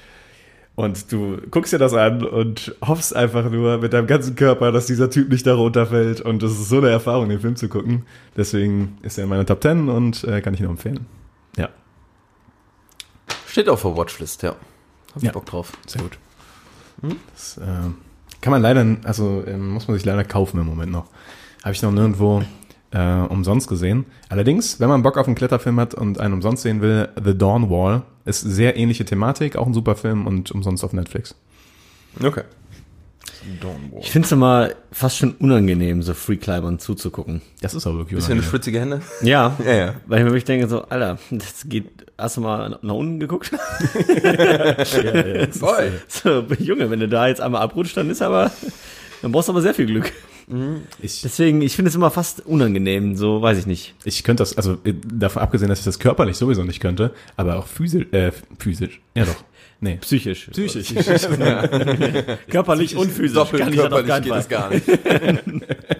A: Und du guckst dir das an und hoffst einfach nur mit deinem ganzen Körper, dass dieser Typ nicht da runterfällt. Und das ist so eine Erfahrung, den Film zu gucken. Deswegen ist er in meiner Top 10 und äh, kann ich nur empfehlen. Ja.
F: Steht auf der Watchlist, ja. Hab
A: Ja.
F: ich Bock drauf. Hm?
A: Sehr gut. Das, äh, kann man leider, also ähm, muss man sich leider kaufen im Moment noch. Habe ich noch nirgendwo äh, umsonst gesehen. Allerdings, wenn man Bock auf einen Kletterfilm hat und einen umsonst sehen will, The Dawn Wall ist sehr ähnliche Thematik, auch ein super Film und umsonst auf Netflix.
F: Okay.
E: Ich finde es immer fast schon unangenehm, so Freeclimbern zuzugucken.
A: Das ist auch wirklich
F: Bisschen
A: unangenehm.
F: schwitzige Hände.
E: Ja,
F: Ja, ja.
E: weil ich mir wirklich denke, so, Alter, das geht, hast du mal nach unten geguckt?
F: Voll.
E: So, Junge, wenn du da jetzt einmal abrutscht, dann ist aber, dann brauchst du aber sehr viel Glück.
A: ich,
E: Deswegen, ich finde es immer fast unangenehm, so weiß ich nicht.
A: ich könnte das, also äh, davon abgesehen, dass ich das körperlich sowieso nicht könnte, aber auch physisch, äh, physisch, ja doch, nee.
E: Psychisch.
A: Psychisch.
E: Körperlich und physisch. Kann ich dann auf
F: Doppelkörperlich
E: keinen
F: geht
E: Fall.
F: das gar nicht.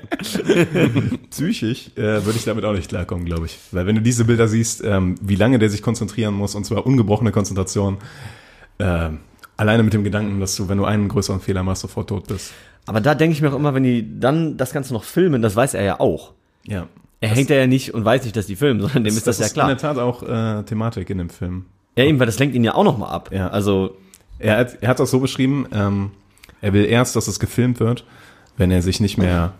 A: Psychisch äh, würde ich damit auch nicht klarkommen, glaube ich. Weil wenn du diese Bilder siehst, ähm, wie lange der sich konzentrieren muss, und zwar ungebrochene Konzentration, ähm, alleine mit dem Gedanken, dass du, wenn du einen größeren Fehler machst, sofort tot bist.
E: Aber da denke ich mir auch immer, wenn die dann das Ganze noch filmen, das weiß er ja auch.
A: Ja.
E: Er hängt da ja nicht und weiß nicht, dass die filmen, sondern dem ist das, ja
A: in
E: klar.
A: der Tat auch äh, Thematik in dem Film.
E: Ja, eben, weil das lenkt ihn ja auch nochmal ab.
A: Ja.
E: Also,
A: Er hat, er hat das so beschrieben, ähm, er will erst, dass es gefilmt wird, wenn er sich nicht mehr,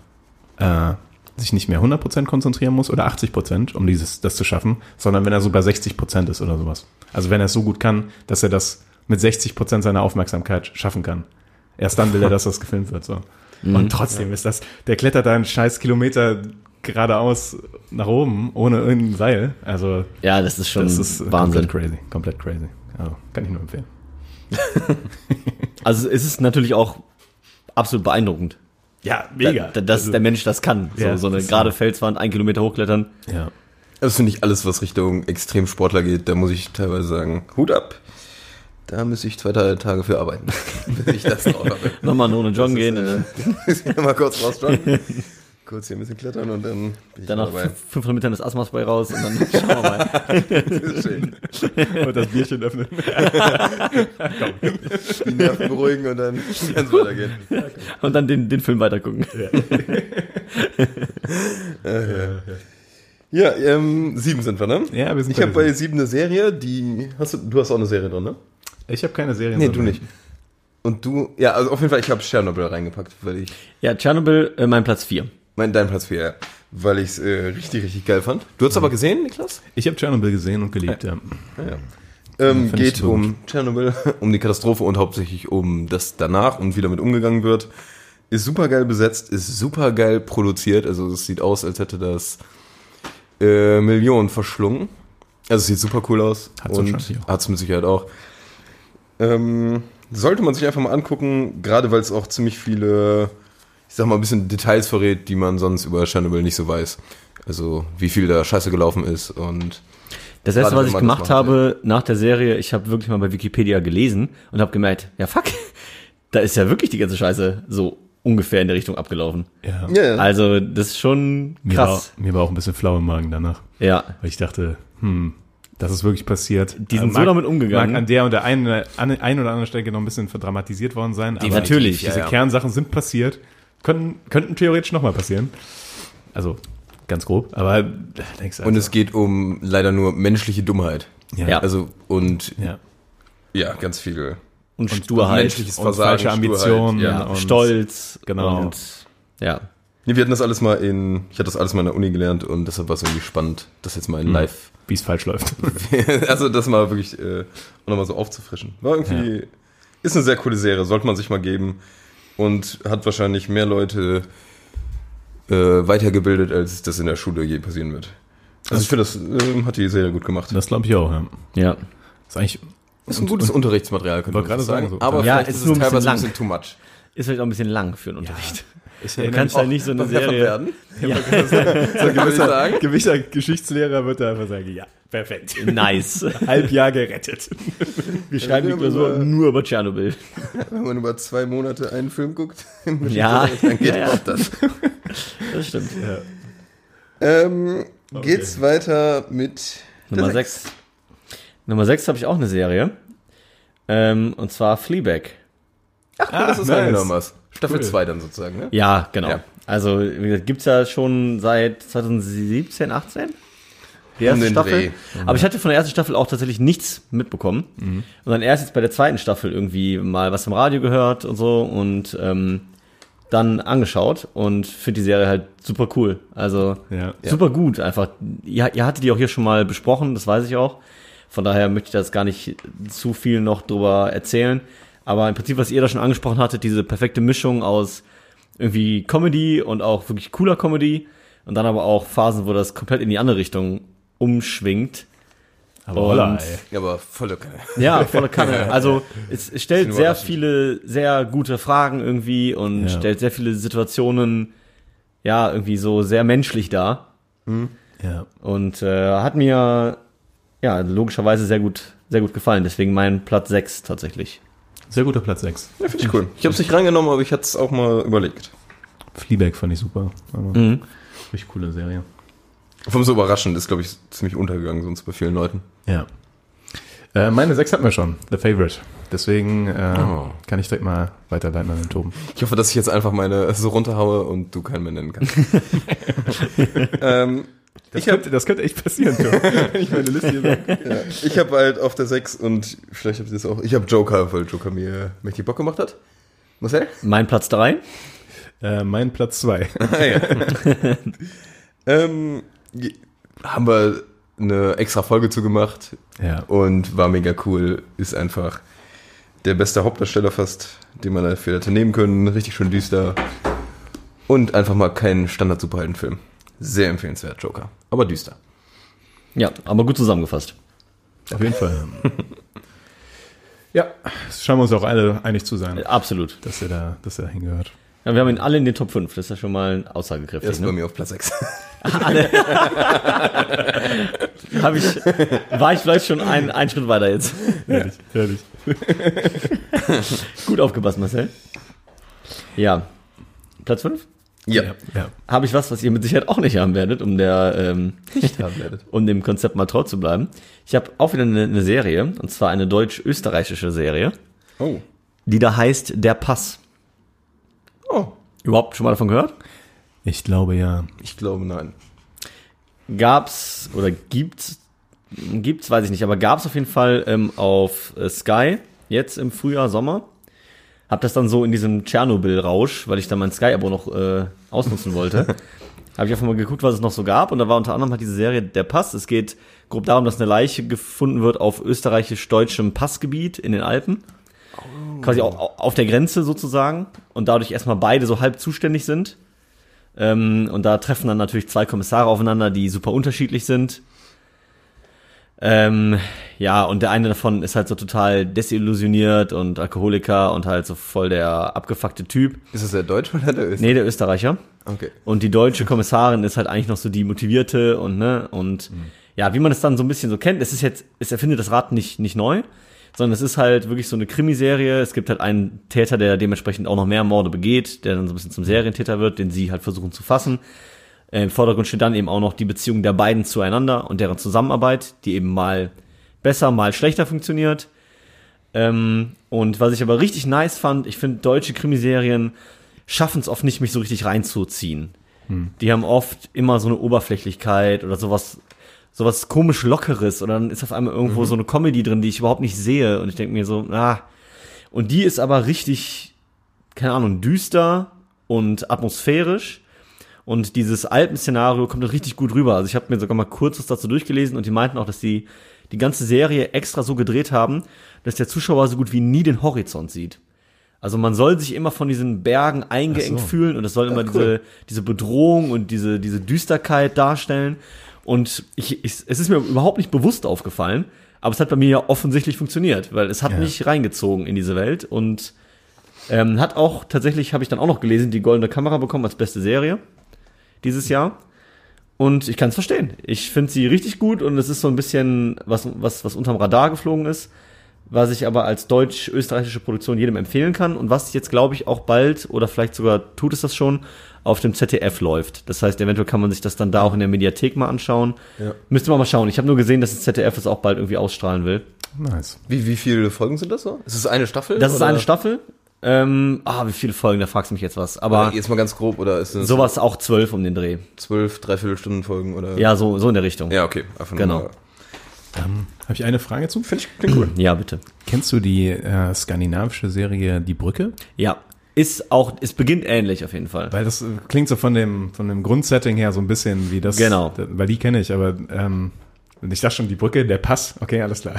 A: äh, sich nicht mehr 100% konzentrieren muss oder 80%, um dieses, das zu schaffen, sondern wenn er so bei 60% ist oder sowas. Also wenn er es so gut kann, dass er das mit 60% seiner Aufmerksamkeit schaffen kann. Erst dann will er, dass das gefilmt wird. So. Und trotzdem ist das, der klettert da einen scheiß Kilometer geradeaus nach oben, ohne irgendein Seil. Also
E: ja, das ist schon
A: das ist
E: Wahnsinn.
A: komplett crazy. Komplett crazy. Also kann ich nur empfehlen.
E: Also es ist natürlich auch absolut beeindruckend,
A: Ja, Also,
E: da, da, dass der Mensch das kann. So,
A: Ja,
E: so eine
A: das-
E: gerade Felswand, ein Kilometer hochklettern.
A: Ja.
F: Das Also finde ich alles, was Richtung Extremsportler geht, da muss ich teilweise sagen, Hut ab. Da müsste ich zwei drei Tage für arbeiten, bis ich das drauf habe.
E: Nochmal ohne John gehen, äh, und dann-
F: Muss ich mal kurz raus joggen, kurz hier ein bisschen klettern und dann bin ich
E: danach
F: dabei.
E: fünf- 500 Metern das Asthma-Spray raus und dann schauen wir mal.
F: Schön.
A: Und das Bierchen öffnen.
F: Die Nerven beruhigen und dann kann es weitergehen.
E: Und dann den, den Film weitergucken.
F: Ja, ähm, sieben sind wir, ne?
A: Ja, wir sind
F: Ich habe
A: bei
F: bei sieben eine Serie, die hast du, du hast auch eine Serie drin, ne?
A: Ich habe keine Serien.
F: Nee, du nicht. Und du, ja, also auf jeden Fall, ich habe Tschernobyl reingepackt, weil ich
E: Ja, Tschernobyl, äh, mein Platz 4.
F: Mein, dein Platz 4, ja. Weil ich es äh, richtig, richtig geil fand. Du hast aber gesehen, Niklas?
A: Ich habe Chernobyl gesehen und geliebt, ja.
F: Ähm,
A: find ich
F: geht
A: so
F: um Tschernobyl, um die Katastrophe und hauptsächlich um das danach und wie damit umgegangen wird. Ist super geil besetzt, ist super geil produziert. Also es sieht aus, als hätte das äh, Millionen verschlungen. Also es sieht super cool aus.
A: Hat's
F: und
A: wahrscheinlich auch.
F: hat es mit Sicherheit auch. Ähm, sollte man sich einfach mal angucken, gerade weil es auch ziemlich viele, ich sag mal, ein bisschen Details verrät, die man sonst über Tschernobyl nicht so weiß. Also wie viel da scheiße gelaufen ist und
E: Das erste,
F: Warte,
E: was
F: wenn
E: ich
F: man
E: gemacht
F: das macht,
E: habe nach der Serie, ich habe wirklich mal bei Wikipedia gelesen und habe gemerkt, ja fuck, da ist ja wirklich die ganze Scheiße so ungefähr in der Richtung abgelaufen.
A: ja.
E: Also das ist schon
A: mir, war,
E: krass.
A: mir war auch ein bisschen flau im Magen danach.
E: Ja,
A: Weil ich dachte, hm, das ist wirklich passiert. Also
E: Die sind so damit umgegangen.
A: Mag an der und der einen, an, ein oder anderen Stelle noch ein bisschen verdramatisiert worden sein. aber
E: natürlich,
A: Diese
F: ja, ja.
A: Kernsachen sind passiert. Können, könnten theoretisch nochmal passieren. Also, ganz grob. Aber äh, denkst du,
F: Und es geht um leider nur menschliche Dummheit.
A: ja.
E: Ja.
F: Also und
A: ja.
F: ja, ganz viel.
E: und, Sturheit.
F: menschliches
A: Und falsche
F: Sturheit,
A: Ambitionen.
F: ja.
A: und-
E: Stolz.
A: Genau.
E: Und, ja.
F: Nee, wir hatten das alles mal in, ich hatte das alles mal in der Uni gelernt und deshalb war es irgendwie spannend, das jetzt mal in live,
A: Wie es falsch läuft.
F: also das mal wirklich äh, auch nochmal so aufzufrischen. War irgendwie, ist eine sehr coole Serie, sollte man sich mal geben und hat wahrscheinlich mehr Leute äh, weitergebildet, als das in der Schule je passieren wird. Also ich finde, das ähm, hat die Serie gut gemacht.
A: Das glaube ich auch, ja.
E: Ja.
A: Ist eigentlich
F: Das ist ein gutes Unterrichtsmaterial, könnte
A: Wollte
F: man
A: gerade
F: sagen.
A: sagen, so.
F: Aber
E: Ja,
F: vielleicht
E: ist
F: ist
E: nur
F: es
E: ein bisschen
F: teilweise ein
E: lang.
F: bisschen too much.
E: Ist vielleicht auch ein bisschen lang für einen Unterricht.
A: Ich
E: Du kannst ja halt nicht so eine Serie.
F: Genau,
A: gewisser, gewisser Geschichtslehrer wird da einfach sagen, ja, perfekt.
E: Nice.
A: Halbjahr gerettet.
E: Wir schreiben die Klausur nur über Tschernobyl.
F: Wenn man über zwei Monate einen Film guckt,
E: Ja.
F: dann geht
E: Ja, ja.
F: auch das.
E: Das stimmt.
F: Ähm, Geht's weiter mit der
E: Nummer
F: Sechs.
E: 6. Nummer 6 habe ich auch eine Serie. Ähm, und zwar Fleabag.
F: Ah, das ist
A: nice.
F: angenommen was. Staffel
A: Cool.
F: 2 dann sozusagen, ne?
E: Ja, genau.
F: Ja.
E: Also, wie gesagt, gibt's ja schon seit 2017, 18? die erste
F: Um den
E: Staffel.
F: Dreh. Mhm.
E: Aber ich hatte von der ersten Staffel auch tatsächlich nichts mitbekommen. Und dann erst jetzt bei der zweiten Staffel irgendwie mal was im Radio gehört und so und ähm, dann angeschaut und finde die Serie halt super cool. Also
A: Ja.
E: super gut einfach. Ihr, ihr hattet die auch hier schon mal besprochen, das weiß ich auch. Von daher möchte ich da jetzt gar nicht zu viel noch drüber erzählen. Aber im Prinzip, was ihr da schon angesprochen hattet, diese perfekte Mischung aus irgendwie Comedy und auch wirklich cooler Comedy und dann aber auch Phasen, wo das komplett in die andere Richtung umschwingt.
A: Aber holla,
E: Und-
A: ey.
F: Aber volle Kanne.
E: Ja, volle Kanne. Also es es stellt
F: Bisschen
E: sehr
F: überraschend.
E: viele, sehr gute Fragen irgendwie und
A: Ja.
E: stellt sehr viele Situationen, ja, irgendwie so sehr menschlich dar.
A: Ja.
E: Und äh, hat mir ja logischerweise sehr gut, sehr gut gefallen. Deswegen mein Platz 6 tatsächlich.
A: Sehr guter Platz 6.
F: Ja, finde ich cool. Ich habe es nicht reingenommen, aber ich hatte es auch mal überlegt.
A: Fleabag fand ich super. Aber Richtig coole Serie.
F: Vom so überraschend ist, glaube ich, ziemlich untergegangen sonst bei vielen Leuten.
A: Ja. Äh, meine 6 hatten wir schon. The Favorite. Deswegen äh,
F: Oh.
A: kann ich direkt mal weiterleiten an den Toben.
F: Ich hoffe, dass ich jetzt einfach meine so runterhaue und du keinen mehr nennen kannst. ähm,
A: Das,
F: Ich hab-
A: könnte, das könnte echt passieren, Tom.
F: ich meine Liste hier weg. Ja. Ich habe halt auf der 6 und vielleicht habt ihr das auch. Ich habe Joker, weil Joker mir mächtig Bock gemacht hat. Marcel?
E: Mein Platz 3?
A: äh, mein Platz 2.
F: Ah, ja. ähm, je- haben wir eine extra Folge zu gemacht
A: Ja.
F: und war mega cool. Ist einfach der beste Hauptdarsteller fast, den man dafür hätte nehmen können. Richtig schön düster. Und einfach mal kein Standard-Superheldenfilm. Sehr empfehlenswert, Joker. Aber düster.
E: Ja, aber gut zusammengefasst.
A: Auf jeden Fall. ja, es scheinen wir uns auch alle einig zu sein,
E: Absolut.
A: dass er da, dass er da hingehört.
E: Ja, wir haben ihn alle in den Top 5. Das ist ja schon mal
F: Er
E: aussagekräftig.
F: ist bei mir auf Platz 6.
E: Ne? Hab ich, war ich vielleicht schon einen, einen Schritt weiter jetzt.
A: Herrlich, herrlich.
E: Gut aufgepasst, Marcel. Ja. Platz 5?
A: Ja.
F: ja.
A: ja.
E: Habe ich was, was ihr mit Sicherheit auch nicht haben werdet, um der ähm,
F: haben werdet.
E: um dem Konzept mal treu zu bleiben. Ich habe auch wieder eine, eine Serie, und zwar eine deutsch-österreichische Serie,
F: Oh.
E: die da heißt Der Pass.
F: Oh.
E: Überhaupt schon mal davon gehört?
A: Ich glaube ja.
F: Ich glaube, nein.
E: Gab's oder gibt's gibt's weiß ich nicht, aber gab's auf jeden Fall ähm, auf äh, Sky jetzt im Frühjahr Sommer. Hab das dann so in diesem Tschernobyl-Rausch, weil ich dann mein Sky-Abo noch äh, ausnutzen wollte. Habe ich einfach mal geguckt, was es noch so gab. Und da war unter anderem halt diese Serie Der Pass. Es geht grob darum, dass eine Leiche gefunden wird auf österreichisch-deutschem Passgebiet in den Alpen. Quasi au- au- auf der Grenze sozusagen. Und dadurch erstmal beide so halb zuständig sind. Ähm, und da treffen dann natürlich zwei Kommissare aufeinander, die super unterschiedlich sind. Ähm, ja, und der eine davon ist halt so total desillusioniert und Alkoholiker und halt so voll der abgefuckte Typ.
F: Ist das der Deutsche oder der Österreicher?
E: Nee, der Österreicher.
F: Okay.
E: Und die deutsche Kommissarin ist halt eigentlich noch so die motivierte und ne und ja, wie man es dann so ein bisschen so kennt, es ist jetzt, es erfindet das Rad nicht nicht neu, sondern es ist halt wirklich so eine Krimiserie. Es gibt halt einen Täter, der dementsprechend auch noch mehr Morde begeht, der dann so ein bisschen zum Serientäter wird, den sie halt versuchen zu fassen. Äh, Im Vordergrund steht dann eben auch noch die Beziehung der beiden zueinander und deren Zusammenarbeit, die eben mal besser, mal schlechter funktioniert. Ähm, und was ich aber richtig nice fand, ich finde, deutsche Krimiserien schaffen es oft nicht, mich so richtig reinzuziehen. Die haben oft immer so eine Oberflächlichkeit oder sowas, sowas komisch Lockeres oder dann ist auf einmal irgendwo so eine Comedy drin, die ich überhaupt nicht sehe und ich denke mir so, ah. Und die ist aber richtig, keine Ahnung, düster und atmosphärisch. Und dieses Alpenszenario kommt dann richtig gut rüber. Also ich habe mir sogar mal kurz was dazu durchgelesen und die meinten auch, dass die die ganze Serie extra so gedreht haben, dass der Zuschauer so gut wie nie den Horizont sieht. Also man soll sich immer von diesen Bergen eingeengt
A: Ach so.
E: fühlen und es soll immer diese, diese Bedrohung und diese, diese Düsterkeit darstellen. Und ich, ich, es ist mir überhaupt nicht bewusst aufgefallen, aber es hat bei mir ja offensichtlich funktioniert, weil es hat
A: Ja.
E: mich reingezogen in diese Welt und ähm, hat auch tatsächlich, habe ich dann auch noch gelesen, die goldene Kamera bekommen als beste Serie dieses Jahr. Und ich kann es verstehen. Ich finde sie richtig gut und es ist so ein bisschen was, was, was unterm Radar geflogen ist, was ich aber als deutsch-österreichische Produktion jedem empfehlen kann und was jetzt, glaube ich, auch bald oder vielleicht sogar tut es das schon, auf dem ZDF läuft. Das heißt, eventuell kann man sich das dann da auch in der Mediathek mal anschauen.
F: Ja.
E: Müsste man mal schauen. Ich habe nur gesehen, dass das ZDF es auch bald irgendwie ausstrahlen will.
A: Nice.
F: Wie, wie viele Folgen sind das so? Ist es eine Staffel?
E: Das ist
F: oder?
E: eine Staffel Ähm, ah, wie viele Folgen, da fragst du mich jetzt was. Aber
F: Jetzt mal ganz grob, oder ist es
E: sowas auch zwölf um den Dreh.
F: zwölf, dreiviertel Stunden Folgen oder?
E: Ja, so, so in der Richtung.
F: Ja, okay. Einfach nur
E: Genau.
F: mal-
A: Habe ich eine Frage zu?
F: Finde ich klingt cool.
E: Ja, bitte.
A: Kennst du die äh, skandinavische Serie Die Brücke?
E: Ja. Ist auch, es beginnt ähnlich auf jeden Fall.
A: Weil das äh, klingt so von dem, von dem Grundsetting her so ein bisschen wie das.
E: Genau.
A: Da, weil die kenne ich, aber ähm, und ich dachte schon, die Brücke, der Pass, okay, alles klar.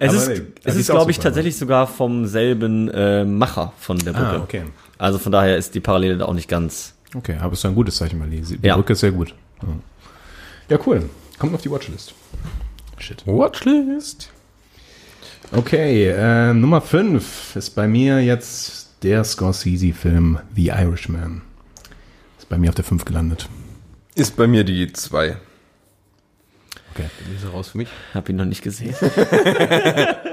E: Es
A: Aber
E: ist,
A: nee,
E: es
A: die
E: ist,
A: ist auch
E: glaube ich,
A: super, ne?
E: tatsächlich sogar vom selben äh, Macher von der Brücke.
A: Ah, okay.
E: Also von daher ist die Parallele da auch nicht ganz.
A: Okay, aber es ist ja ein gutes Zeichen, weil die, die
E: Ja.
A: Brücke ist sehr gut. Ja. ja, cool. Kommt auf die Watchlist. Shit.
F: Watchlist.
A: Okay, äh, Nummer 5 ist bei mir jetzt der Scorsese-Film The Irishman. Ist bei mir auf der 5 gelandet.
F: Ist bei mir die zwei.
A: Okay.
F: Ist raus für mich.
E: Hab ihn noch nicht gesehen.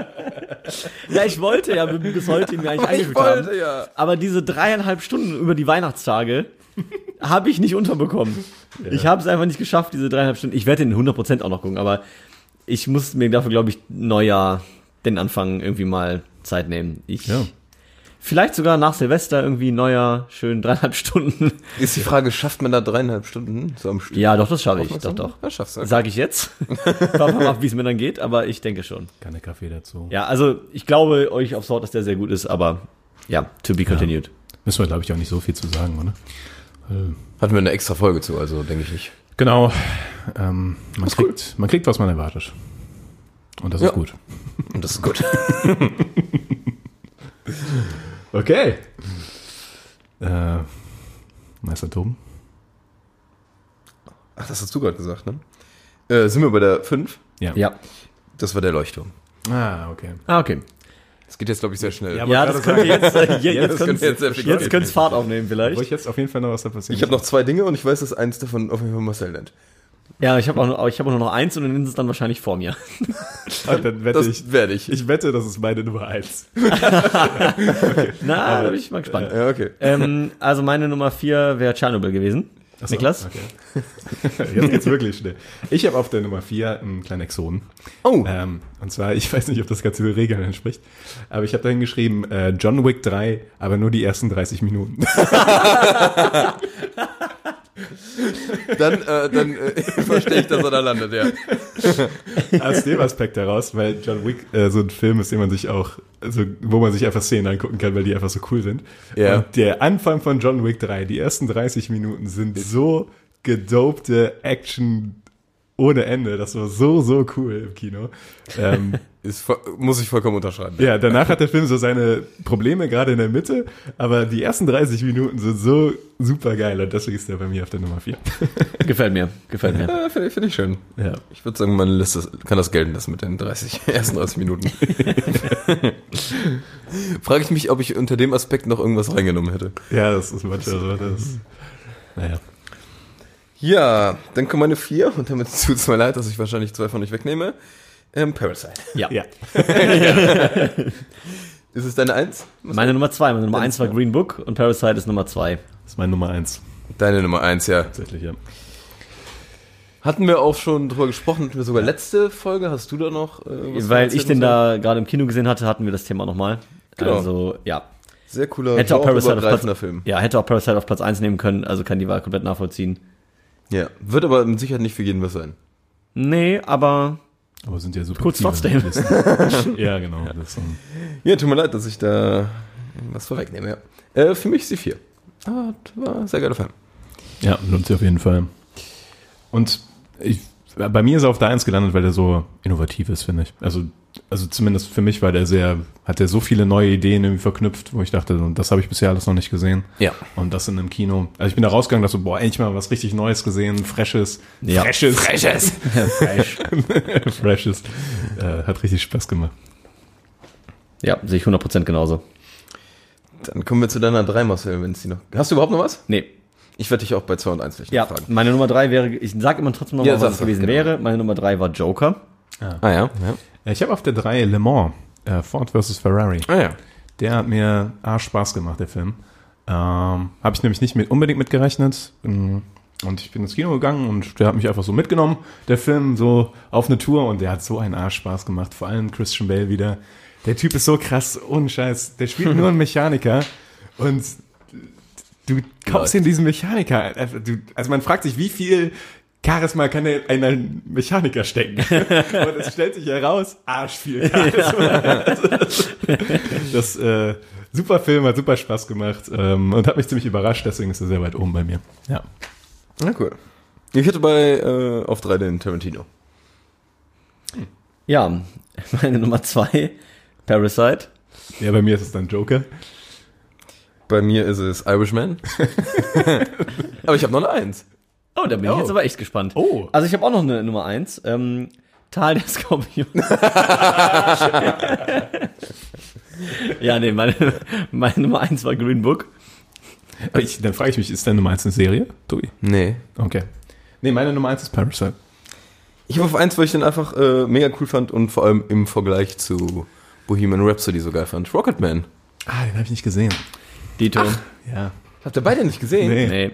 E: ja, ich wollte ja bis heute ihn mir eigentlich
F: Ich
E: angeguckt haben.
F: wollte ja.
E: Aber diese dreieinhalb Stunden über die Weihnachtstage habe ich nicht unterbekommen. Ich habe es einfach nicht geschafft, diese dreieinhalb Stunden. Ich werde den 100% auch noch gucken, aber ich muss mir dafür, glaube ich, Neujahr den Anfang irgendwie mal Zeit nehmen. Ich,
A: Ja.
E: Vielleicht sogar nach Silvester irgendwie Neujahr, schön dreieinhalb Stunden.
F: Ist die Frage, schafft man da dreieinhalb Stunden so am Stück?
E: Ja, doch, das schaffe ich. Doch,
F: Aufmerksam?
E: doch.
F: Ja, schaffst du.
E: Sage ich jetzt. Warte mal, ab, wie es mir dann geht, aber ich denke schon.
A: Keine Kaffee dazu.
E: Ja, also ich glaube euch auf Sort, dass der sehr gut ist, aber ja, to be continued.
A: Müssen wir, glaube ich, auch nicht so viel zu sagen, oder? Äh,
F: Hatten wir eine extra Folge zu, also denke ich nicht.
A: Genau. Ähm, man, kriegt, man kriegt, was man erwartet. Und das
F: Ja.
A: ist gut.
F: Und das ist gut.
A: Okay. Äh, Meister Tom?
F: Ach, das hast du gerade gesagt, ne? Äh, sind wir bei der 5?
E: Ja.
F: Das war der Leuchtturm.
A: Ah, okay.
E: Ah, okay.
F: Das geht jetzt, glaube ich, sehr schnell.
A: Ja, aber-
E: Ja,
A: gerade
E: das könnt ihr jetzt, äh, je-
F: das
E: jetzt, könnt's-
F: könnte jetzt sehr
E: jetzt,
F: viel Geld
E: könnt's Fahrt aufnehmen
A: Wo ich
E: vielleicht.
A: jetzt auf jeden Fall noch was da passiert.
F: ich habe noch zwei Dinge und ich weiß, dass eins davon auf jeden Fall Marcel nennt.
E: Ja, ich habe auch, noch- ich hab auch nur noch eins und dann ist es dann wahrscheinlich vor mir.
A: Dann wette
F: Das
A: ich.
F: werde ich.
A: Ich wette, das ist meine Nummer eins.
E: Na, da bin ich mal gespannt.
F: Ja, okay.
E: Ähm, also meine Nummer vier wäre Tschernobyl gewesen.
A: Achso,
E: Niklas?
A: Okay. Jetzt geht's wirklich schnell. Ich habe auf der Nummer 4 einen kleinen Exoten.
F: Oh.
A: Ähm, und zwar, ich weiß nicht, ob das Ganze den Regeln entspricht, aber ich habe dahin geschrieben, äh, John Wick 3, aber nur die ersten 30 Minuten.
F: Dann, äh, dann äh, verstehe ich, dass er da landet, ja.
A: Aus dem Aspekt heraus, weil John Wick äh, so ein Film ist, den man sich auch, also, wo man sich einfach Szenen angucken kann, weil die einfach so cool sind.
F: Ja.
A: Und der Anfang von John Wick 3, die ersten 30 Minuten sind so gedopte Action ohne Ende. Das war so, so cool im Kino. Ähm,
F: Ist, voll- muss ich vollkommen unterschreiben.
A: Ja, danach hat der Film so seine Probleme gerade in der Mitte, aber die ersten 30 Minuten sind so super geil und deswegen ist er bei mir auf der Nummer 4.
E: Gefällt mir, gefällt mir.
F: Ja, Finde finde ich schön.
A: Ja.
F: Ich würde sagen, meine Liste kann das gelten, das mit den 30, ersten 30 Minuten. Frage ich mich, ob ich unter dem Aspekt noch irgendwas reingenommen hätte.
A: Ja, das ist manchmal so. Das ist, naja.
F: Ja, dann kommen meine vier und damit tut es mir leid, dass ich wahrscheinlich zwei von euch wegnehme. Ähm, Parasite.
E: Ja.
A: Ja.
F: Ist es deine eins?
E: Meine Nummer zwei. Meine Nummer eins war Green Book und Parasite ist Nummer zwei.
A: Das ist meine Nummer 1.
F: Deine Nummer eins, ja.
A: Tatsächlich, ja.
F: Hatten wir auch schon drüber gesprochen, hatten wir sogar letzte Folge, hast du da noch? äh, was
E: Weil
F: erzählt
E: ich den
F: und so?
E: da gerade im Kino gesehen hatte, hatten wir das Thema nochmal.
F: Genau.
E: Also, ja.
F: Sehr cooler,
E: Hätte auch, Parasite auf
F: genreübergreifender
E: Platz,
F: Film.
E: Ja, hätte auch Parasite auf Platz 1 nehmen können, also kann die Wahl komplett nachvollziehen.
F: Ja. Wird aber mit Sicherheit nicht für jeden was sein.
E: Nee, aber
A: Aber sind ja super.
E: Kurz
A: viele
E: trotzdem.
A: Listen. ja, genau. Das, ähm,
F: Ja, tut mir leid, dass ich da was vorwegnehme, ja. Äh, für mich ist die vier. Ah, das war ein sehr geiler Film.
A: ja, lohnt sich auf jeden Fall. Und ich, bei mir ist er auf der 1 gelandet, weil er so innovativ ist, finde ich. Also, also zumindest für mich war der sehr, hat er so viele neue Ideen irgendwie verknüpft, wo ich dachte, das habe ich bisher alles noch nicht gesehen.
F: Ja.
A: Und das in einem Kino. Also ich bin da rausgegangen, dachte so, boah, endlich mal was richtig Neues gesehen, Freshes.
E: Ja.
A: Freshes.
F: Freshes!
E: fresh.
A: Freshes. Äh, hat richtig Spaß gemacht.
E: ja, sehe ich 100% genauso.
F: Dann kommen wir zu deiner 3, Marcel, wenn es die noch. Hast du überhaupt noch was?
E: Nee.
F: Ich werde dich auch bei 2 und 1
E: Ja,
F: fragen.
E: meine Nummer 3 wäre, ich sag immer trotzdem noch
F: Ja,
E: mal,
F: sag's
E: was es
F: doch,
E: gewesen
F: genau.
E: wäre. Meine Nummer 3 war Joker.
F: Ah ja. ja.
A: Äh, Ich habe auf der 3 Le Mans, äh, Ford vs. Ferrari.
F: Ah ja.
A: Der hat mir A, Spaß gemacht, der Film. Ähm, habe ich nämlich nicht mit, unbedingt mitgerechnet. Ähm, Und ich bin ins Kino gegangen und der hat mich einfach so mitgenommen, der Film, so auf eine Tour und der hat so einen Arschspaß gemacht, vor allem Christian Bale wieder. Der Typ ist so krass, ohne Scheiß. Der spielt nur einen Mechaniker und du kaufst in diesen Mechaniker. Du, also man fragt sich, wie viel Charisma kann der in einen Mechaniker stecken. und es stellt sich heraus, arsch viel Charisma. das äh, super Film hat super Spaß gemacht ähm, und hat mich ziemlich überrascht, deswegen ist er sehr weit oben bei mir. Ja.
F: Na cool. Ich hätte bei äh, auf 3 den Tarantino.
E: Ja, meine Nummer zwei, Parasite.
A: Ja, bei mir ist es dann Joker.
F: Bei mir ist es Irishman. Aber ich habe noch eine Eins.
E: Oh, da bin
A: Oh.
E: ich jetzt aber echt gespannt.
A: Oh.
E: Also ich habe auch noch eine Nummer eins. Ähm, Tal der Skorpion. ja, nee, meine, meine Nummer eins war Green Book.
A: Aber Ich, dann frage ich mich, ist deine Nummer 1 eine Serie, Tobi?
F: Nee.
A: Okay. Nee, meine Nummer 1 ist Parasite.
F: Ich habe auf eins, weil ich den einfach äh, mega cool fand und vor allem im Vergleich zu Bohemian Rhapsody so geil fand. Rocketman.
A: Ah, den habe ich nicht gesehen.
E: Dito.
A: Ja.
F: Habt ihr beide nicht gesehen?
A: Nee.
E: Nee.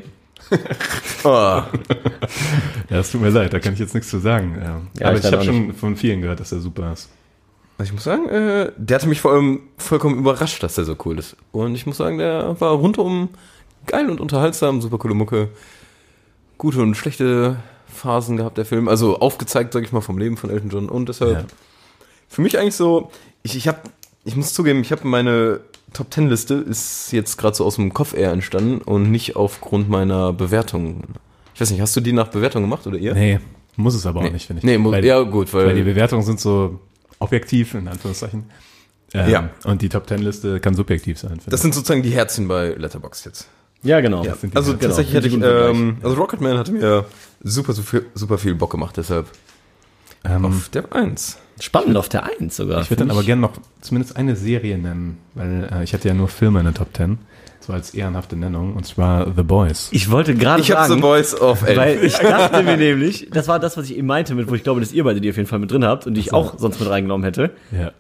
F: Oh.
A: Ja, es tut mir leid, da kann ich jetzt nichts zu sagen. Ähm,
E: Ja,
A: aber
E: ich
A: ich,
E: leider
A: habe
E: auch
A: schon von vielen gehört, dass er super ist.
F: Also ich muss sagen, äh, der hatte mich vor allem vollkommen überrascht, dass der so cool ist. Und ich muss sagen, der war rundum geil und unterhaltsam, super coole Mucke. Gute und schlechte Phasen gehabt, der Film. Also aufgezeigt, sag ich mal, vom Leben von Elton John. Und deshalb
A: Ja.
F: für mich eigentlich so, ich, ich habe, ich muss zugeben, ich habe meine Top Ten Liste ist jetzt gerade so aus dem Kopf eher entstanden und nicht aufgrund meiner Bewertung. Ich weiß nicht, hast du die nach Bewertung gemacht oder ihr?
A: Nee, muss es aber auch nicht, finde ich.
F: Nee, muss,
A: Weil-
F: ja äh. gut, weil,
A: Weil die Bewertungen sind so objektiv, in Anführungszeichen. Ähm,
F: Ja.
A: Und die Top Ten Liste kann subjektiv sein.
F: das sind sozusagen die Herzchen bei Letterboxd jetzt.
E: Ja, genau.
A: Ja, sind die
F: Also
A: Herzen.
F: tatsächlich
E: Genau,
F: hätte ich,
E: einen guten
F: ähm, also Rocketman hatte mir super, super, super viel Bock gemacht, deshalb
A: ähm,
F: auf der 1.
E: Spannend auf der eins sogar.
A: ich würde dann aber gerne noch zumindest eine Serie nennen, weil äh, ich hatte ja nur Filme in der Top Ten, so als ehrenhafte Nennung, und zwar The Boys.
E: ich wollte gerade
F: Ich habe The
E: sagen,
F: Boys auf 11.
E: weil ich dachte mir nämlich, das war das, was ich eben meinte, mit, wo ich glaube, dass ihr beide die auf jeden Fall mit drin habt und die ich auch sonst mit reingenommen hätte.
A: Ja.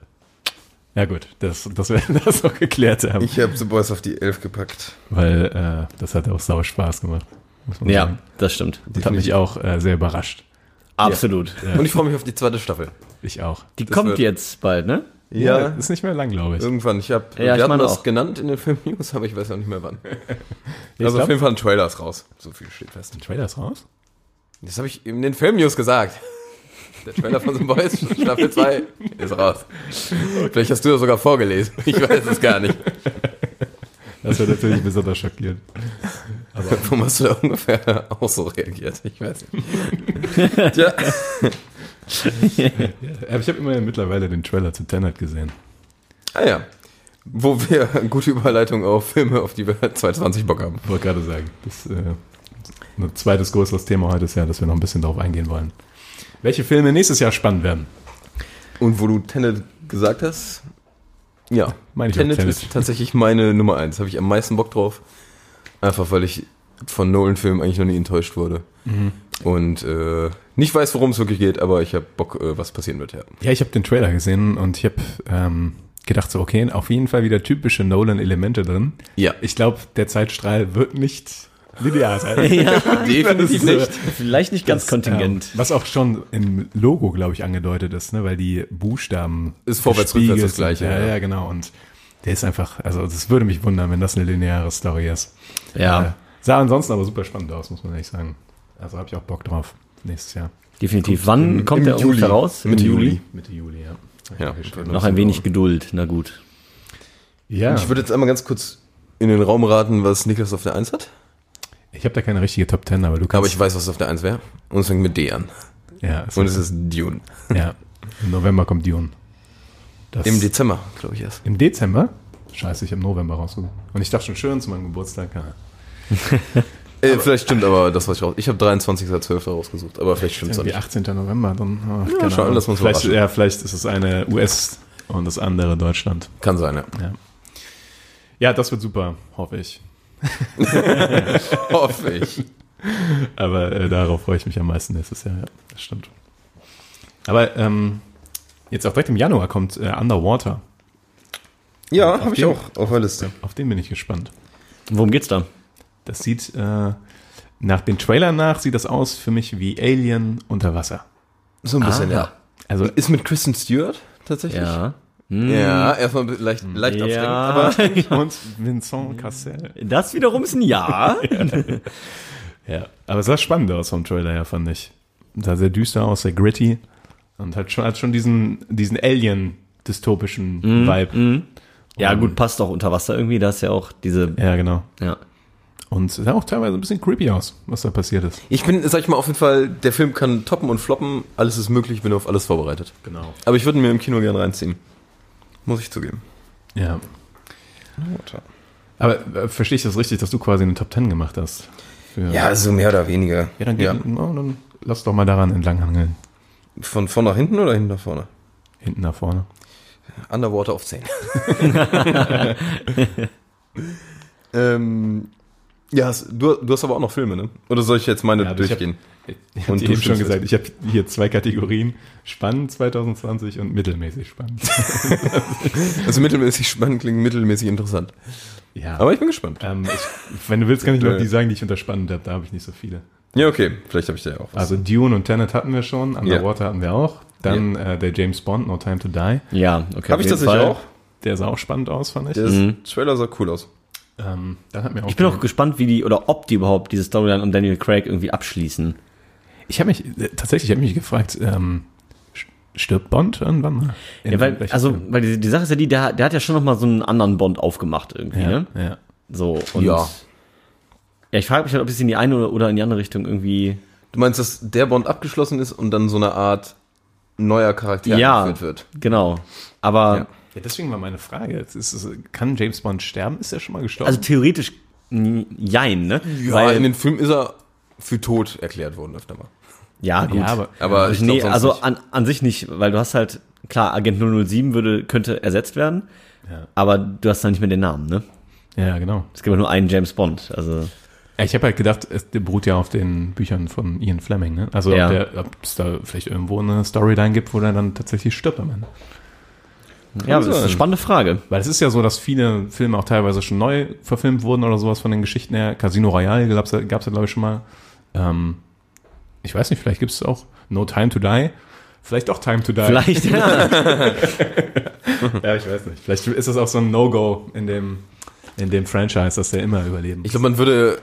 A: Ja gut, das, dass wir das auch geklärt haben,
F: Ich habe The Boys auf die 11 gepackt.
A: weil äh, das hat auch sau Spaß gemacht. Muss man
E: Ja,
A: sagen.
E: das stimmt.
A: Das hat mich auch äh, sehr überrascht.
E: Absolut.
F: Und ich freue mich auf die zweite Staffel.
A: Ich auch.
E: Die kommt
F: wird-
E: jetzt bald, ne?
F: Ja,
A: Ist nicht mehr lang, glaube ich.
F: irgendwann. Ich habe,
E: Ja, ich
F: wir hatten
E: meine
F: das
E: auch.
F: genannt in den Film News, aber ich weiß auch nicht mehr wann.
A: Ich
F: Also
A: glaub-
F: auf jeden Fall ein Trailer ist raus. So viel steht fest.
A: Trailer ist raus?
F: Das habe ich in den Film News gesagt. Der Trailer von The Boys Staffel 2 ist raus. Vielleicht hast du das sogar vorgelesen. Ich weiß es gar nicht.
A: Das wird natürlich besonders schockierend.
F: Warum hast du da ungefähr auch so reagiert? Ich weiß nicht. Tja.
A: Äh, Aber ich habe immerhin mittlerweile den Trailer zu Tenet gesehen.
F: Ah ja. Wo wir gute Überleitung auf Filme, auf die wir 2020 Bock haben.
A: Wollte gerade sagen. Das, äh, ein zweites größeres Thema heute ist ja, dass wir noch ein bisschen darauf eingehen wollen. Welche Filme nächstes Jahr spannend werden?
F: Und wo du Tenet gesagt hast, ja,
A: Meine ich auch,
F: Tenet,
A: Tenet.
F: ist tatsächlich meine Nummer eins. Habe ich am meisten Bock drauf. Einfach weil ich von Nolan-Filmen eigentlich noch nie enttäuscht wurde. Und äh, nicht weiß, worum es wirklich geht, aber ich habe Bock, äh, was passieren wird, ja.
A: Ja, ich habe den Trailer gesehen und ich habe ähm, gedacht so, okay, auf jeden Fall wieder typische Nolan-Elemente drin.
F: Ja,
A: Ich glaube, der Zeitstrahl wird nicht linear sein.
E: Ja,
F: definitiv
A: Das
F: nicht.
E: vielleicht nicht ganz
A: Das,
E: kontingent.
A: ähm, was auch schon im Logo, glaube ich, angedeutet ist, ne? weil die Buchstaben.
F: Ist vorwärts,
A: gespiegelt
F: rückwärts das
A: sind.
F: Gleiche,
A: Ja,
F: ja.
A: ja, genau. Und der ist einfach, also das würde mich wundern, wenn das eine lineare Story ist. Äh,
E: ja,
A: sah ansonsten aber super spannend aus, muss man ehrlich sagen. Also habe ich auch Bock drauf. Nächstes Jahr.
E: definitiv. Wann kommt
F: im
E: der
F: Juli.
E: ungefähr raus?
F: Mitte Juli.
A: Mitte Juli, ja.
F: Ja,
E: Noch ein wenig Geduld, na gut.
A: Ja,
F: Ich würde jetzt einmal ganz kurz in den Raum raten, was Niklas auf der 1 hat.
A: ich habe da keine richtige Top Ten, aber du kannst.
F: Aber ich weiß, was auf der 1 wäre. Und es fängt mit D an.
A: ja, es
F: Und
A: ist,
F: es ist Dune.
A: ja, im November kommt Dune. Das-
F: Im Dezember, glaube ich erst.
A: Im Dezember? Scheiße, ich habe November rausgesucht. Und ich dachte schon schön zu meinem Geburtstag. Ja.
F: Äh, vielleicht stimmt aber das, was ich raus. Ich habe 23.12. rausgesucht, aber vielleicht stimmt es auch
A: Irgendwie
F: nicht.
A: 18. November dann. Ach, keine
F: schauen wir,
A: Ahnung.
F: lassen wir uns
A: vielleicht,
F: überraschen.
A: ja, vielleicht ist es eine US und das andere Deutschland.
F: Kann sein, ja.
A: Ja, ja das wird super, hoffe ich.
F: Hoffe ich.
A: Aber äh, darauf freue ich mich am meisten nächstes Jahr. Ja, das stimmt. Aber ähm, jetzt auch direkt im Januar kommt äh, Underwater.
F: Ja,
A: Auf
F: habe ich
A: den-
F: auch auf der Liste.
A: Auf den bin ich gespannt.
E: Worum geht's da?
A: Das sieht äh, nach den Trailern nach sieht das aus für mich wie Alien unter Wasser.
F: So ein bisschen, ja.
A: Also
F: Ist mit Kristen Stewart tatsächlich?
E: Ja.
F: Ja, erstmal leicht, leicht
E: Ja.
F: abschreckend, aber
A: und Vincent Cassel.
E: Das wiederum ist ein Ja.
A: Ja, aber es sah spannend aus vom Trailer her, fand ich. Sah sehr düster aus, sehr gritty. Und hat schon, hat schon diesen, diesen Alien-dystopischen Vibe.
E: ja, gut, passt auch unter Wasser irgendwie. Da ist ja auch diese.
A: Ja, genau.
E: Ja.
A: Und sah auch teilweise ein bisschen creepy aus, was da passiert ist.
F: ich bin, sag ich mal, auf jeden Fall, der Film kann toppen und floppen, alles ist möglich, ich bin auf alles vorbereitet.
A: Genau.
F: Aber ich würde ihn mir im Kino gern reinziehen. Muss ich zugeben.
A: Ja. Aber äh, verstehe ich das richtig, dass du quasi eine Top Ten gemacht hast? Für-
F: so mehr oder weniger.
A: ja, dann, geht, na, dann lass doch mal daran entlanghangeln.
F: Von vorne nach hinten oder hinten nach vorne?
A: Hinten nach vorne.
F: Underwater auf 10. ähm, ja, hast- du, du hast aber auch noch Filme, ne? Oder soll ich jetzt meine
A: Ja, aber Also ich hab-
F: durchgehen?
A: Ich habe
F: Und
A: eben
F: du
A: schon
F: stimmst
A: gesagt, ich habe hier zwei Kategorien. Spannend 2020 und mittelmäßig spannend.
F: Also mittelmäßig spannend klingt mittelmäßig interessant.
A: ja.
F: Aber ich bin gespannt.
A: Ähm, ich, wenn du willst, kann ich noch die sagen, die ich unterspannend habe. Da habe ich nicht so viele.
F: Ja, okay. Vielleicht habe ich da ja auch was.
A: Also Dune und Tenet hatten wir schon, Underwater hatten wir auch. Dann äh, der James Bond, No Time to Die.
E: Ja, okay.
F: Habe ich
E: das
F: tatsächlich auch.
A: Der sah auch spannend aus, fand ich.
F: Der Trailer sah cool aus.
A: Ähm, dann hat mir
E: Ich bin auch gespannt, wie die oder ob die überhaupt diese Storyline um Daniel Craig irgendwie abschließen.
A: Ich habe mich äh, tatsächlich habe mich gefragt, ähm, sch- stirbt Bond irgendwann mal? In
E: Ja, weil,
A: welchem
E: also,
A: Film?
E: weil die, die Sache ist ja die, der, der hat ja schon nochmal so einen anderen Bond aufgemacht irgendwie,
A: ja,
E: ne?
A: ja.
E: So, und
F: Ja.
E: Ja, ich frage mich halt, ob es in die eine oder, oder in die andere Richtung irgendwie.
F: Du meinst, dass der Bond abgeschlossen ist und dann so eine Art neuer Charakter
E: Ja.
F: eingeführt wird?
E: Genau. Aber,
F: Ja.
A: ja, deswegen war meine Frage. Jetzt Ist, es- kann James Bond sterben? Ist er schon mal gestorben?
E: also theoretisch, n- jein, ne?
F: Ja,
E: Weil-
F: in den Film ist er für tot erklärt worden öfter mal.
E: ja, gut.
A: ja, aber
F: Aber ich glaub,
E: nee,
F: sonst
E: also
F: nicht.
E: an, an sich nicht, weil du hast halt, klar, Agent 007 würde, könnte ersetzt werden,
A: Ja.
E: aber du hast dann nicht mehr den Namen, ne?
A: ja, genau.
E: Es gibt ja nur einen James Bond, also.
A: Ja, Ich habe halt gedacht, es beruht ja auf den Büchern von Ian Fleming, ne? Also
E: Ja.
A: ob der- ob es da vielleicht irgendwo eine Storyline gibt, wo der dann tatsächlich stirbt am Ende.
E: Ja, aber das ist eine
F: sein.
E: spannende Frage.
A: Weil es ist ja so, dass viele Filme auch teilweise schon neu verfilmt wurden oder sowas von den Geschichten her. Casino Royale gab es ja, glaube ich, schon mal. Ähm, ich weiß nicht, vielleicht gibt es auch No Time to Die. Vielleicht auch Time to Die.
E: Vielleicht, ja.
A: Ja, ich weiß nicht. Vielleicht ist das auch so ein No-Go in dem, in dem Franchise, dass der immer überleben
F: Ich glaube, man würde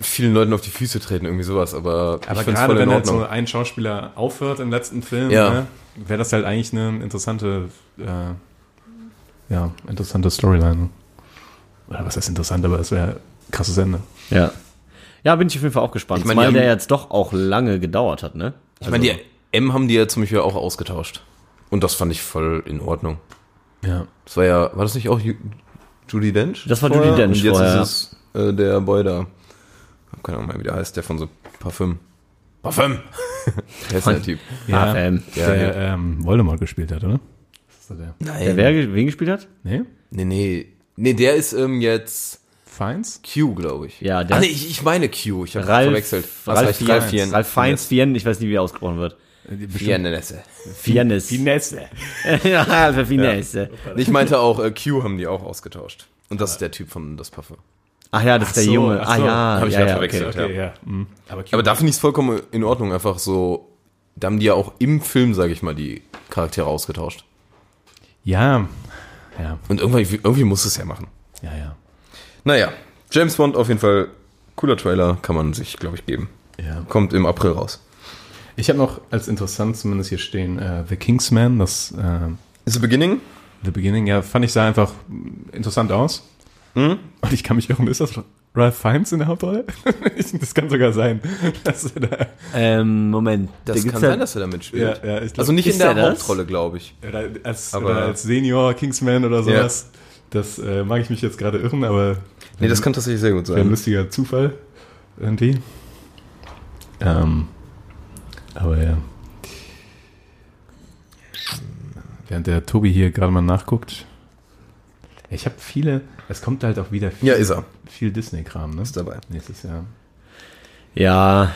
F: vielen Leuten auf die Füße treten, irgendwie sowas, aber,
A: Aber
F: ich find's
A: gerade wenn halt so ein Schauspieler aufhört im letzten Film,
F: Ja.
A: ne, wäre das halt eigentlich eine interessante, äh, ja, interessante Storyline. Oder was heißt interessant, aber es wäre ein krasses Ende.
E: ja. Ja, bin ich auf jeden Fall auch gespannt.
F: Ich meine,
E: Zumal
F: die
E: der
F: haben-
E: jetzt doch auch lange gedauert hat, ne?
F: ich meine, die M haben die ja zum Beispiel auch ausgetauscht. Und das fand ich voll in Ordnung.
A: Ja.
F: Das war ja, war das nicht auch Ju Judy Dench?
E: Das war Judi Dench
F: Und jetzt
E: vorher,
F: ist es äh, der Boy da. Hab keine Ahnung mehr, wie der heißt, der von so Parfüm. Parfüm! der ist der Typ.
A: ja,
E: Ah, ähm,
A: der
F: ja,
A: Ähm, Voldemort gespielt hat, oder? Ist das der?
E: Der wer ge- wen gespielt hat?
A: Nee?
F: Nee, nee. Nee, der ist ähm, jetzt
A: Feins?
F: Q, glaube ich.
E: Ja, der
F: der. Ah, nee,
E: ist-
F: ich, ich meine Q. Ich habe
E: Ralf,
F: verwechselt. Was
E: Ralf,
F: heißt
E: Fiennes. Ralf,
F: Fien-
E: Fiennes, Fiennes, ich weiß nicht, wie er ausgesprochen wird.
F: Fiennes.
E: Fiennes.
A: Finesse.
E: ja, Ralf Fiennes.
F: Ich meinte auch, äh, Q haben die auch ausgetauscht. Und das ist der Typ von Das Parfum.
E: Ach ja, das ist der
A: so,
E: Junge.
A: ach
E: Ah
A: so,
E: ja,
F: hab ich
E: ja,
F: grad
E: ja
F: verwechselt.
E: okay.
A: Okay, ja. mhm. Aber,
F: Aber da finde ich es vollkommen in Ordnung, einfach so. Da haben die ja auch im Film, sage ich mal, die Charaktere ausgetauscht.
A: ja. Ja,
F: Und irgendwie, irgendwie muss es ja machen.
A: ja, ja.
F: Naja, James Bond auf jeden Fall cooler Trailer, kann man sich, glaube ich, geben.
A: ja.
F: Kommt im April raus.
A: Ich habe noch als interessant zumindest hier stehen äh, The Kingsman, das äh,
F: Is the beginning?
A: The Beginning, ja, fand ich sah einfach mh, interessant aus. Und ich kann mich irren, ist das Ralph Fiennes in der Hauptrolle? Ich- das kann sogar sein. Dass er da,
E: Ähm, Moment.
F: Das kann
E: Da gibt's
F: sein,
E: ja-
F: dass er da
A: ja,
F: mitspielt.
A: ja, ich glaub,
F: Also nicht
E: Ist
F: in der
E: er das?
F: Hauptrolle, glaube ich.
A: oder als,
F: aber-
A: oder als Senior Kingsman oder sowas. Das äh, mag ich mich jetzt gerade irren, aber
F: Nee, das kann tatsächlich sehr gut
A: wäre ein
F: sein.
A: lustiger Zufall irgendwie. Ähm, aber ja. Während der Tobi hier gerade mal nachguckt. Ich habe viele, es kommt halt auch wieder viel,
F: Ja, ist er.
A: viel Disney-Kram, ne?
F: Ist dabei.
A: Nächstes Jahr.
E: Ja,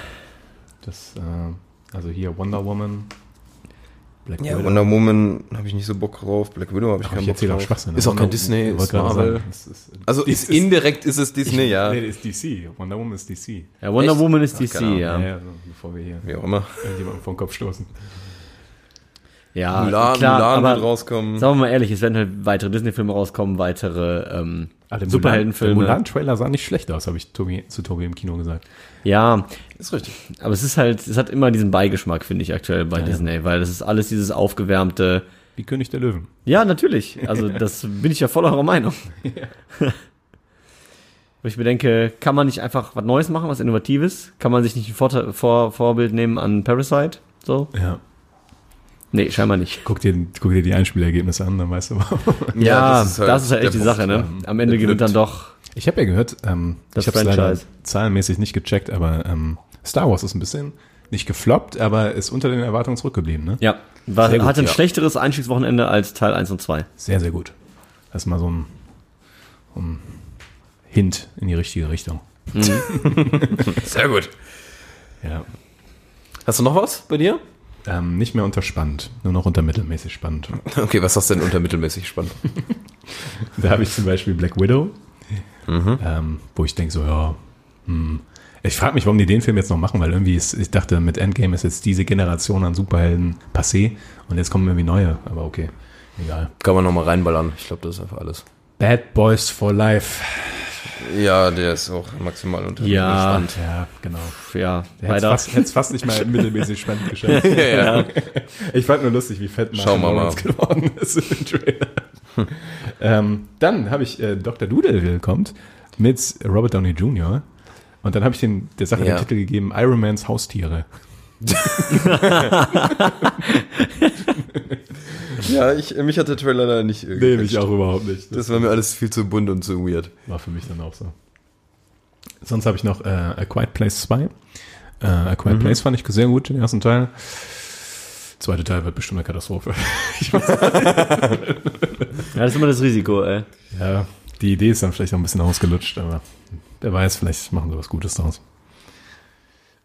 A: Das, äh, also hier Wonder Woman,
E: Black
F: Ja,
E: Widow.
F: Wonder Woman habe ich nicht so Bock drauf. Black Widow habe ich
A: Ach,
F: keinen
A: ich
F: Bock
A: erzähle auch
F: drauf.
A: Schwachsinn.
F: Ist auch kein
A: Wonder-
F: Disney,
A: Wollte
F: ist
A: gerade
F: Marvel.
A: sagen, es ist-
F: Also
A: Dies
F: ist, indirekt ist es Disney, ja.
A: Nee, das ist DC. Wonder Woman ist DC.
E: Ja, Wonder
F: Echt?
E: Woman ist DC,
F: keine Ahnung.
A: Ja,
E: ja.
A: ja, so, bevor wir hier
F: Wie auch immer.
A: irgendjemanden vom Kopf stoßen.
E: Ja,
F: Mulan,
E: Ah, klar,
F: Mulan
E: aber
F: wird rauskommen.
E: sagen wir mal ehrlich, es werden halt weitere Disney-Filme rauskommen, weitere ähm, Superheldenfilme.
A: Ah, Der Mulan-Trailer sah nicht schlecht aus, habe ich Tobi, zu Tobi im Kino gesagt.
E: Ja,
F: Ist richtig.
E: aber es ist halt, es hat immer diesen Beigeschmack, finde ich aktuell bei Disney, weil das ist alles dieses aufgewärmte.
A: Wie König der Löwen.
E: Ja, natürlich. Also das bin ich ja voll eurer Meinung. Wo ich mir denke, kann man nicht einfach was Neues machen, was Innovatives? Kann man sich nicht ein Vorte- Vor Vorbild nehmen an Parasite? So?
A: Ja.
E: Nee, scheinbar nicht.
A: Guck dir, guck dir die Einspielergebnisse an, dann weißt du warum.
E: Ja, das ist halt,
F: der
E: echt die
F: Punkt.
E: Sache, ne? Am Ende
F: Das
E: gewinnt
F: wird-
E: dann doch.
A: Ich habe ja gehört, ähm,
E: Das
A: ich habe leider
E: Franchise.
A: zahlenmäßig nicht gecheckt, aber ähm, Star Wars ist ein bisschen nicht gefloppt, aber ist unter den Erwartungen zurückgeblieben. Ne?
E: Ja. War,
A: Sehr gut,
E: hatte ein
A: ja.
E: schlechteres Einstiegswochenende als Teil 1 und 2.
A: Sehr, sehr gut. Das ist mal so ein, so ein Hint in die richtige Richtung.
F: Sehr gut.
A: Ja.
F: Hast du noch was bei dir?
A: Ähm, nicht mehr unter spannend, nur noch unter mittelmäßig spannend.
F: Okay, was hast du denn unter mittelmäßig spannend?
A: Da habe ich zum Beispiel Black Widow, ähm, wo ich denke so, ja, hm. ich frage mich, warum die den Film jetzt noch machen, weil irgendwie, ist, ich dachte, mit Endgame ist jetzt diese Generation an Superhelden passé und jetzt kommen irgendwie neue, aber okay, egal.
F: Kann man nochmal reinballern. Ich glaube, das ist einfach alles.
A: Bad Boys for Life.
F: Ja, der ist auch maximal unter
E: Ja.
F: mittelmäßig
A: Ja, genau.
E: Pff, Ja,
A: Hätte
E: leider.
A: fast, hätt's fast nicht mal mittelmäßig spannend geschafft.
F: spannend. Ja, ja.
A: Ich fand nur lustig, wie fett
F: Schauen wir
A: Lawrence
F: mal.
A: geworden ist in dem Trailer. ähm, dann habe ich äh, Dr. Doodle kommt mit Robert Downey Jr. Und dann habe ich den, der Sache
F: Ja.
A: den Titel gegeben, Iron Mans Haustiere.
F: ja ich, mich hat der Trailer leider nicht äh,
A: Nee,
F: gecatcht.
A: mich auch überhaupt nicht. Das
F: Das war mir alles viel zu bunt und zu weird.
A: war für mich dann auch so. Sonst habe ich noch äh, A Quiet Place 2. Äh, A
F: Mhm.
A: Quiet Place fand ich sehr gut, den ersten Teil. Zweite Teil wird bestimmt eine Katastrophe.
E: Ja, das ist immer das Risiko, ey.
A: Ja, die Idee ist dann vielleicht auch ein bisschen ausgelutscht, aber wer weiß, vielleicht machen sie was Gutes draus.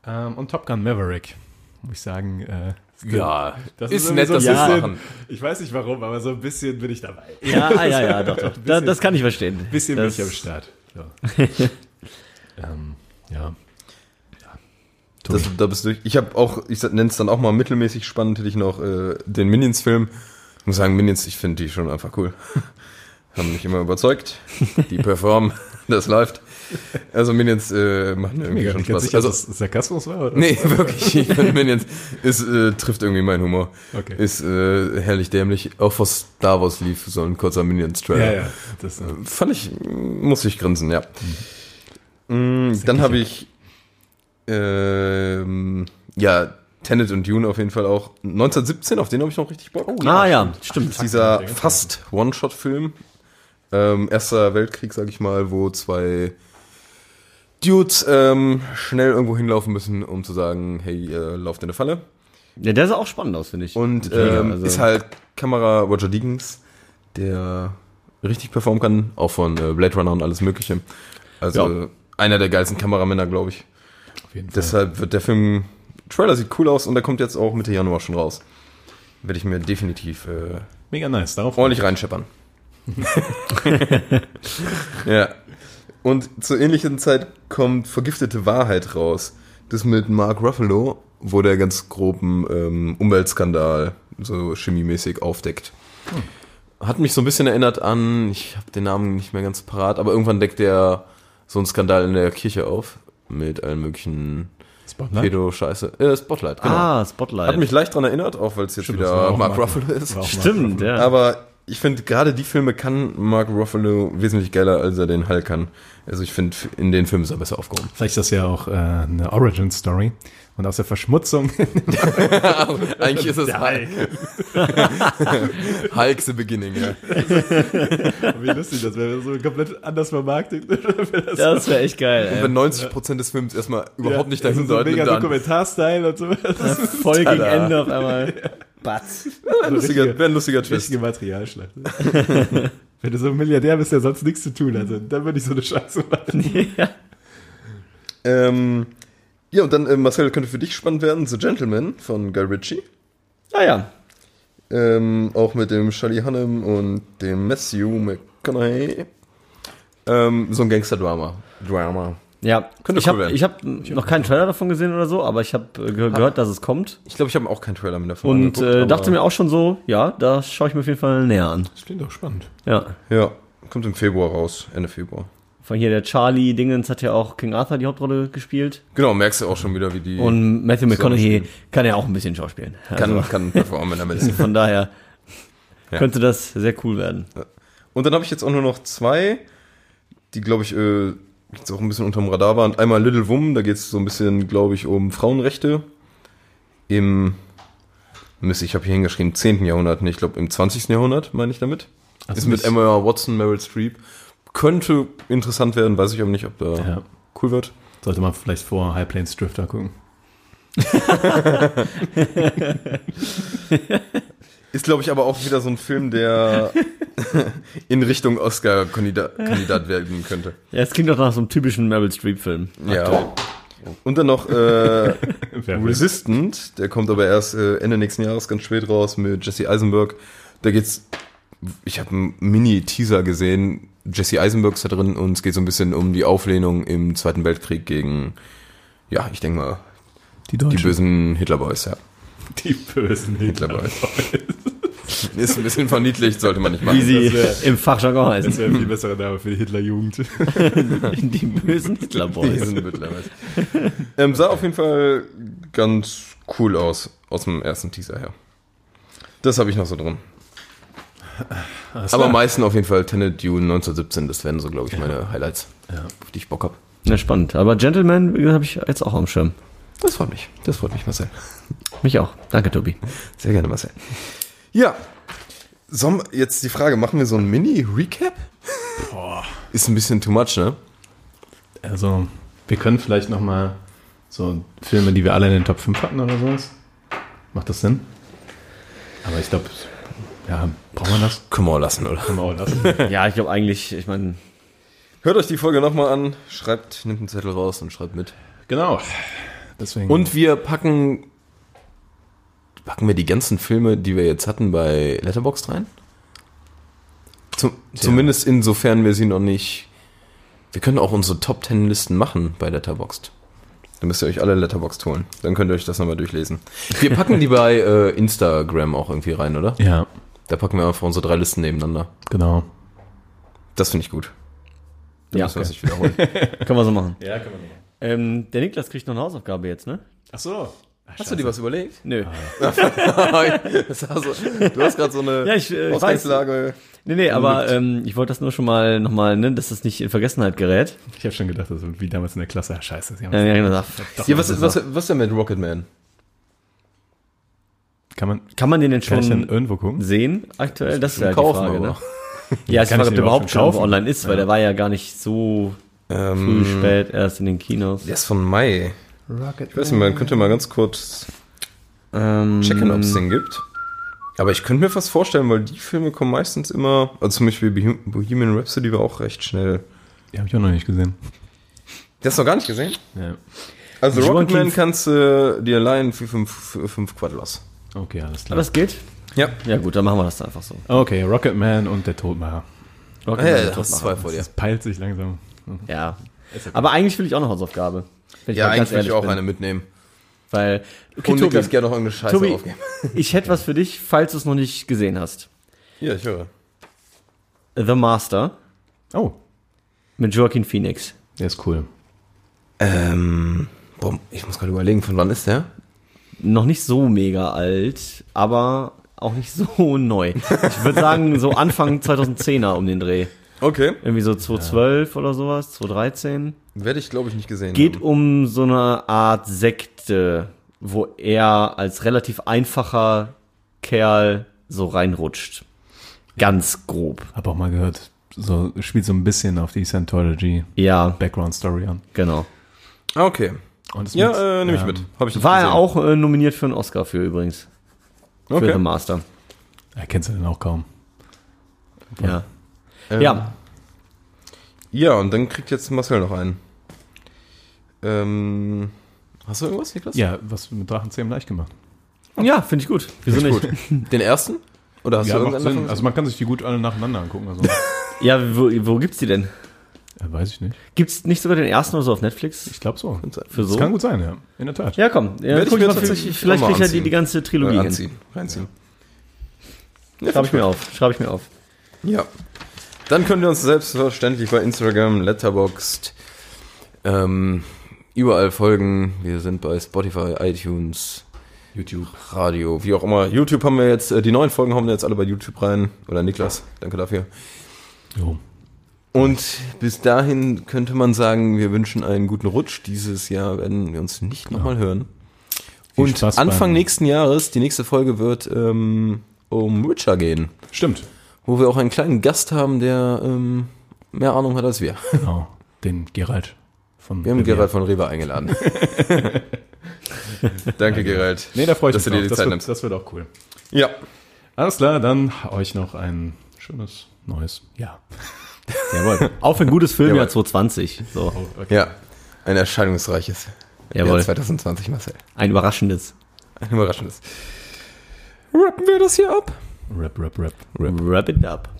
A: Ähm, und Top Gun Maverick, muss ich sagen. Äh,
F: Ja,
A: das
F: ist
A: irgendwie
F: nett,
A: so ein
F: dass sie es
A: bisschen,
F: machen.
A: Ich weiß nicht warum, aber so ein bisschen bin ich dabei. Ein
E: Ja, ah, ja, ja, doch, doch. Da,
A: bisschen-
E: das kann ich verstehen.
A: bisschen
E: das,
A: bin ich am Start. Ja. ähm, ja. ja. Tobi.
F: Das, da bist du durch. Ich habe auch, ich nenne es dann auch mal mittelmäßig spannend, hätte ich noch äh, den Minions-Film. Ich muss sagen, Minions, ich finde die schon einfach cool. Haben mich immer überzeugt. Die performen, das läuft. Also Minions äh, machen irgendwie
A: Mega,
F: schon
A: ich bin ganz
F: Spaß.
A: sicher,
F: also
A: dass das Sarkasmus war? Oder?
F: Nee, wirklich. Ich finde Minions ist, äh, trifft irgendwie meinen Humor.
A: Okay.
F: Ist äh, herrlich dämlich. Auch vor Star Wars lief so ein kurzer Minions-Trailer.
A: Ja, ja. Das, äh,
F: Fand ich, muss ich grinsen, ja.
A: Mhm.
F: Mm, Dann habe ich, ähm, ja, Tenet und Dune auf jeden Fall auch. 1917, auf den habe ich noch richtig Bock. Oh,
E: Ah ja, stimmt.
F: Dieser fast One-Shot-Film. Ähm, Erster Weltkrieg, sag ich mal, wo zwei Dudes ähm, schnell irgendwo hinlaufen müssen, um zu sagen, hey, äh, lauft in eine Falle.
E: Ja, der sah auch spannend aus, finde ich.
F: Und
E: Intrigue,
F: ähm,
E: also-
F: ist halt Kamera Roger Deakins, der richtig performen kann, auch von äh, Blade Runner und alles Mögliche. Also
E: Ja.
F: einer der geilsten Kameramänner, glaube ich.
A: auf jeden Fall.
F: Deshalb wird der Film, Trailer sieht cool aus und der kommt jetzt auch Mitte Januar schon raus. Werde ich mir definitiv äh,
A: Mega nice. Darauf
F: ordentlich reinscheppern. ja. Und zur ähnlichen Zeit kommt Vergiftete Wahrheit raus. Das mit Mark Ruffalo, wo der ganz groben ähm, Umweltskandal so chemiemäßig aufdeckt. Hm. Hat mich so ein bisschen erinnert an, ich habe den Namen nicht mehr ganz parat, aber irgendwann deckt der so einen Skandal in der Kirche auf mit allen möglichen
A: Spotlight.
F: Pedo-Scheiße. Äh, Spotlight, genau.
E: ah, Spotlight.
F: Hat mich leicht dran erinnert, auch weil es jetzt
A: Stimmt, das war
F: wieder
A: auch
F: Mark
A: Mark-
F: Ruffalo ist.
A: war auch
E: stimmt, ja.
F: Aber ich finde, gerade die Filme kann Mark Ruffalo wesentlich geiler, als er den Hulk kann. Also ich finde, in den Filmen ist er besser aufgehoben.
A: Vielleicht ist das ja auch äh, eine Origin-Story. Und aus der Verschmutzung
F: Ah, Eigentlich ist es Hulk. Hulk the Beginning, ja.
A: Wie lustig, das wäre so komplett anders vermarktet.
E: das wäre echt geil,
A: Ähm,
F: Wenn 90% des Films erstmal überhaupt nicht dahin
A: so
F: deuten,
A: mega
F: dann
A: Dokumentarstyle und so.
E: ey. Voll gegen
F: Tada.
E: Ende auf einmal. Batz.
F: wäre ein lustiger, wär ein lustiger Twist.
A: Richtige Materialschlacht. Wenn du so ein Milliardär bist, der sonst nichts zu tun hat, dann würde ich so eine Scheiße machen.
F: Ähm, ja, und dann, äh, Marcel, könnte für dich spannend werden, The Gentleman von Guy Ritchie.
E: Ah ja.
F: Ähm, auch mit dem Charlie Hunnam und dem Matthew McConaughey. Ähm, so ein Gangster-Drama. Drama.
E: Ja,
F: Könnte
E: ich
F: cool
E: habe
F: werden.
E: hab noch keinen Trailer davon gesehen oder so, aber ich habe äh, ge gehört, dass es kommt.
F: Ich glaube, ich habe auch keinen Trailer mit davon.
E: Und
F: angeguckt,
E: äh, dachte
F: aber-
E: mir auch schon so, ja, da schaue ich mir auf jeden Fall näher an.
A: Das klingt doch spannend.
E: Ja.
F: Ja, kommt im Februar raus, Ende Februar.
E: Von hier der Charlie Dingens hat ja auch King Arthur die Hauptrolle gespielt.
F: Genau, merkst du auch schon wieder, wie die.
E: Und Matthew McConaughey kann ja auch ein bisschen schauspielen.
F: kann,
E: Also
F: kann performen, wenn er will.
E: von daher
F: Ja.
E: könnte das sehr cool werden.
F: Und dann habe ich jetzt auch nur noch zwei, die, glaube ich, äh, jetzt auch ein bisschen unterm Radar waren. Einmal Little Woman, da geht es so ein bisschen, glaube ich, um Frauenrechte. Im, Mist, ich habe hier hingeschrieben, 10. Jahrhundert, nee, ich glaube im 20. Jahrhundert, meine ich damit. Ist mit
A: nicht-
F: Emma Watson, Meryl Streep. Könnte interessant werden, weiß ich aber nicht, ob da
A: Ja.
F: cool wird.
A: Sollte man vielleicht vor High Plains Drifter gucken.
F: Ist, glaube ich, aber auch wieder so ein Film, der in Richtung Oscar-Kandidat Kandidat werden könnte.
E: Ja, es klingt doch nach so einem typischen Meryl Streep-Film.
F: Ja. Und dann noch äh,
A: Wer will.
F: Resistant, der kommt aber erst äh, Ende nächsten Jahres ganz spät raus mit Jesse Eisenberg. Da geht's, ich habe einen Mini-Teaser gesehen, Jesse Eisenberg ist da drin und es geht so ein bisschen um die Auflehnung im Zweiten Weltkrieg gegen, ja, ich denke mal,
A: Die
F: die
A: Deutschen.
F: bösen Hitlerboys, ja.
A: Die bösen
F: Hitlerboys. Ist ein bisschen verniedlicht, sollte man nicht machen.
E: Wie sie
A: Das wär-
E: im Fachjargon
A: Das
E: heißen.
A: wäre ein viel besserer Name für die Hitlerjugend.
E: Die bösen
F: Die
E: Hitler-Boys.
F: sind mittlerweile. ähm, sah auf jeden Fall ganz cool aus, aus dem ersten Teaser her. Das habe ich noch so drin. Aber am meisten auf jeden Fall Tenet Dune 1917, das wären so, glaube ich, meine Highlights, auf die ich Bock habe.
E: Na, spannend. Aber Gentleman habe ich jetzt auch am Schirm.
F: Das freut mich. Das freut mich, Marcel.
E: Mich auch. Danke, Tobi.
F: Sehr gerne, Marcel. Ja. Som, jetzt die Frage, machen wir so ein Mini-Recap? Ist ein bisschen too much, ne?
A: Also, wir können vielleicht nochmal so Filme, die wir alle in den Top 5 hatten oder sowas. Macht das Sinn? Aber ich glaube, ja, braucht man das?
F: Können wir auch lassen, oder?
A: Kann man auch lassen.
E: Ja, ich glaube eigentlich, ich meine,
F: Hört euch die Folge nochmal an, schreibt, nimmt einen Zettel raus und schreibt mit.
A: genau. Deswegen.
F: Und wir packen packen wir die ganzen Filme, die wir jetzt hatten, bei Letterboxd rein? Zum, Zumindest insofern wir sie noch nicht. Wir können auch unsere Top Ten Listen machen bei Letterboxd. Dann müsst ihr euch alle Letterboxd holen. Dann könnt ihr euch das nochmal durchlesen. Wir packen die bei äh, Instagram auch irgendwie rein, oder?
A: ja,
F: Da packen wir einfach unsere drei Listen nebeneinander.
A: genau.
F: Das finde ich gut.
E: ja,
F: Das muss ich wiederholen.
E: können wir so machen.
A: Ja, kann man nicht.
E: Ähm, der Niklas kriegt noch eine Hausaufgabe jetzt, ne?
A: Ach so.
F: Hast du dir was überlegt?
E: Nö.
F: Das war so, du hast gerade so eine
E: Ja, ich, äh, ich weiß.
F: Ausgangslage.
E: Nee, nee, aber ähm, ich wollte das nur schon mal nochmal, ne, dass das nicht in Vergessenheit gerät. Äh, genau.
A: Ich habe schon gedacht, das wird wie damals in der Klasse. Ah, scheiße. Sie haben
E: Dann
A: das-
E: hab ich gedacht, ach,
F: Ja, was, was, was denn mit Rocketman?
A: Kann man
E: kann man den denn
A: kann ich denn
E: schon
A: irgendwo gucken?
E: sehen aktuell? Das ist halt
F: Kaufen
E: die Frage,
F: aber.
E: ne? Ja, ich
A: Kann ich
E: frage, ob
A: den
E: der überhaupt
A: überhaupt
E: schon
A: schon kaufen?
E: online ist, weil der war ja Mhm. gar nicht so früh, spät erst in den Kinos.
F: Ähm, Der ist von Mai. ich weiß nicht, man könnte mal ganz kurz
E: Ähm,
F: checken, ob es den gibt. Aber ich könnte mir fast vorstellen, weil die Filme kommen meistens immer, also zum Beispiel Bohem- Bohemian Rhapsody war auch recht schnell.
A: Die habe ich auch noch nicht gesehen.
F: Der hast du noch gar nicht gesehen?
A: Ja.
F: Also
E: John
F: Rocketman
E: Keith.
F: kannst du dir leihen für 5 Quadros.
A: Okay, alles klar.
E: das gilt?
F: Ja.
E: Ja gut, dann machen wir das dann einfach so.
A: Okay, Rocketman und der Todmacher.
E: Rocket
F: Ah,
E: Man
F: ja,
E: wird
F: du
E: das
F: hast
E: machen.
F: zwei vor dir.
A: Das peilt sich langsam.
E: Ja. Aber eigentlich will ich auch eine Hausaufgabe. Wenn ich mal ganz ehrlich bin.
F: mitnehmen.
E: Weil, okay,
F: Und Niklas
E: Tobi,
F: gerne noch irgendeine Scheiße
E: Tobi
F: aufgeben.
E: ich hätte was für dich, falls du es noch nicht gesehen hast.
F: Ja, ich höre.
E: The Master
A: Oh,
E: mit Joaquin Phoenix.
A: der ist cool.
F: Ähm, boah, ich muss gerade überlegen, von wann ist der?
E: noch nicht so mega alt, aber auch nicht so neu. Ich würde sagen, so Anfang 2010er um den Dreh.
F: Okay.
E: Irgendwie so 2012 oder sowas, 2013.
F: Werde ich, glaube ich, nicht gesehen
E: Geht
F: haben.
E: um so eine Art Sekte, wo er als relativ einfacher Kerl so reinrutscht. Ganz grob.
A: Hab auch mal gehört, so spielt so ein bisschen auf die Scientology
E: Ja,
A: Background Story an.
E: genau.
F: Ah, okay.
A: Und ist mit-
F: Ja, äh, nehme ich
A: ähm,
F: mit. Habe ich nicht
E: War
F: gesehen.
E: er auch äh, nominiert für einen Oscar für übrigens. Für
F: Okay.
E: The Master.
A: Erkennst äh, du den auch kaum.
E: Ja.
F: Ähm,
E: Ja,
F: Ja, und dann kriegt jetzt Marcel noch einen. Ähm, hast du irgendwas, Niklas?
A: Ja, was mit Drachenzähmen leicht gemacht.
E: Ja, finde ich gut. Wieso
F: Ähm, Finde
E: nicht?
F: ich Gut. Den ersten? Oder hast
A: Ja, macht
F: du irgendeinen davon?
A: Sinn. Also man kann sich die gut alle nacheinander angucken. Also.
E: Ja, wo, wo gibt's die denn?
A: ja, weiß ich nicht.
E: Gibt's nicht sogar den ersten oder so auf Netflix?
A: Ich glaube so.
E: Für so?
A: Das kann gut sein, ja. In der Tat.
E: Ja, komm. Ja,
F: Werd ich
E: guck
F: mir
E: ich mal,
F: tatsächlich
E: vielleicht
F: auch mal
E: krieg ich ja die,
F: anziehen.
E: die ganze Trilogie
F: Äh,
E: hin.
F: anziehen, reinziehen.
E: Schreibe ich mir auf. Schreibe ich mir auf.
F: Ja. Dann könnt ihr uns selbstverständlich bei Instagram, Letterboxd, ähm, überall folgen. Wir sind bei Spotify, iTunes, YouTube, Radio, wie auch immer. YouTube haben wir jetzt, äh, die neuen Folgen haben wir jetzt alle bei YouTube rein. Oder Niklas, danke dafür.
A: Jo.
F: Und bis dahin könnte man sagen, wir wünschen einen guten Rutsch. Dieses Jahr werden wir uns nicht nochmal hören.
A: Genau. Viel
F: Und
A: Spaß
F: Anfang
A: beim-
F: nächsten Jahres, die nächste Folge wird ähm, um Witcher gehen
A: Stimmt.
F: wo wir auch einen kleinen Gast haben, der ähm, mehr Ahnung hat als wir.
A: Genau. Den Gerald von
F: Wir haben
A: Revier.
F: Gerald von Rewe eingeladen. Danke, Gerald.
A: Nee, da freue ich
F: dass du
A: mich
F: dir die
A: drauf. das,
F: Zeit
A: wird,
F: nimmst.
A: das wird auch cool.
F: Ja.
A: Alles klar, dann euch noch ein schönes neues Jahr. Jawohl.
E: Auf ein gutes Filmjahr
F: Jawohl.
E: 2020. So,
F: Ja. Ein erscheinungsreiches
E: Jawohl.
F: Jahr 2020, Marcel.
E: ein überraschendes.
F: Ein überraschendes. Rappen wir das hier ab?
A: Rap, rap, rap.
E: Wrap it up.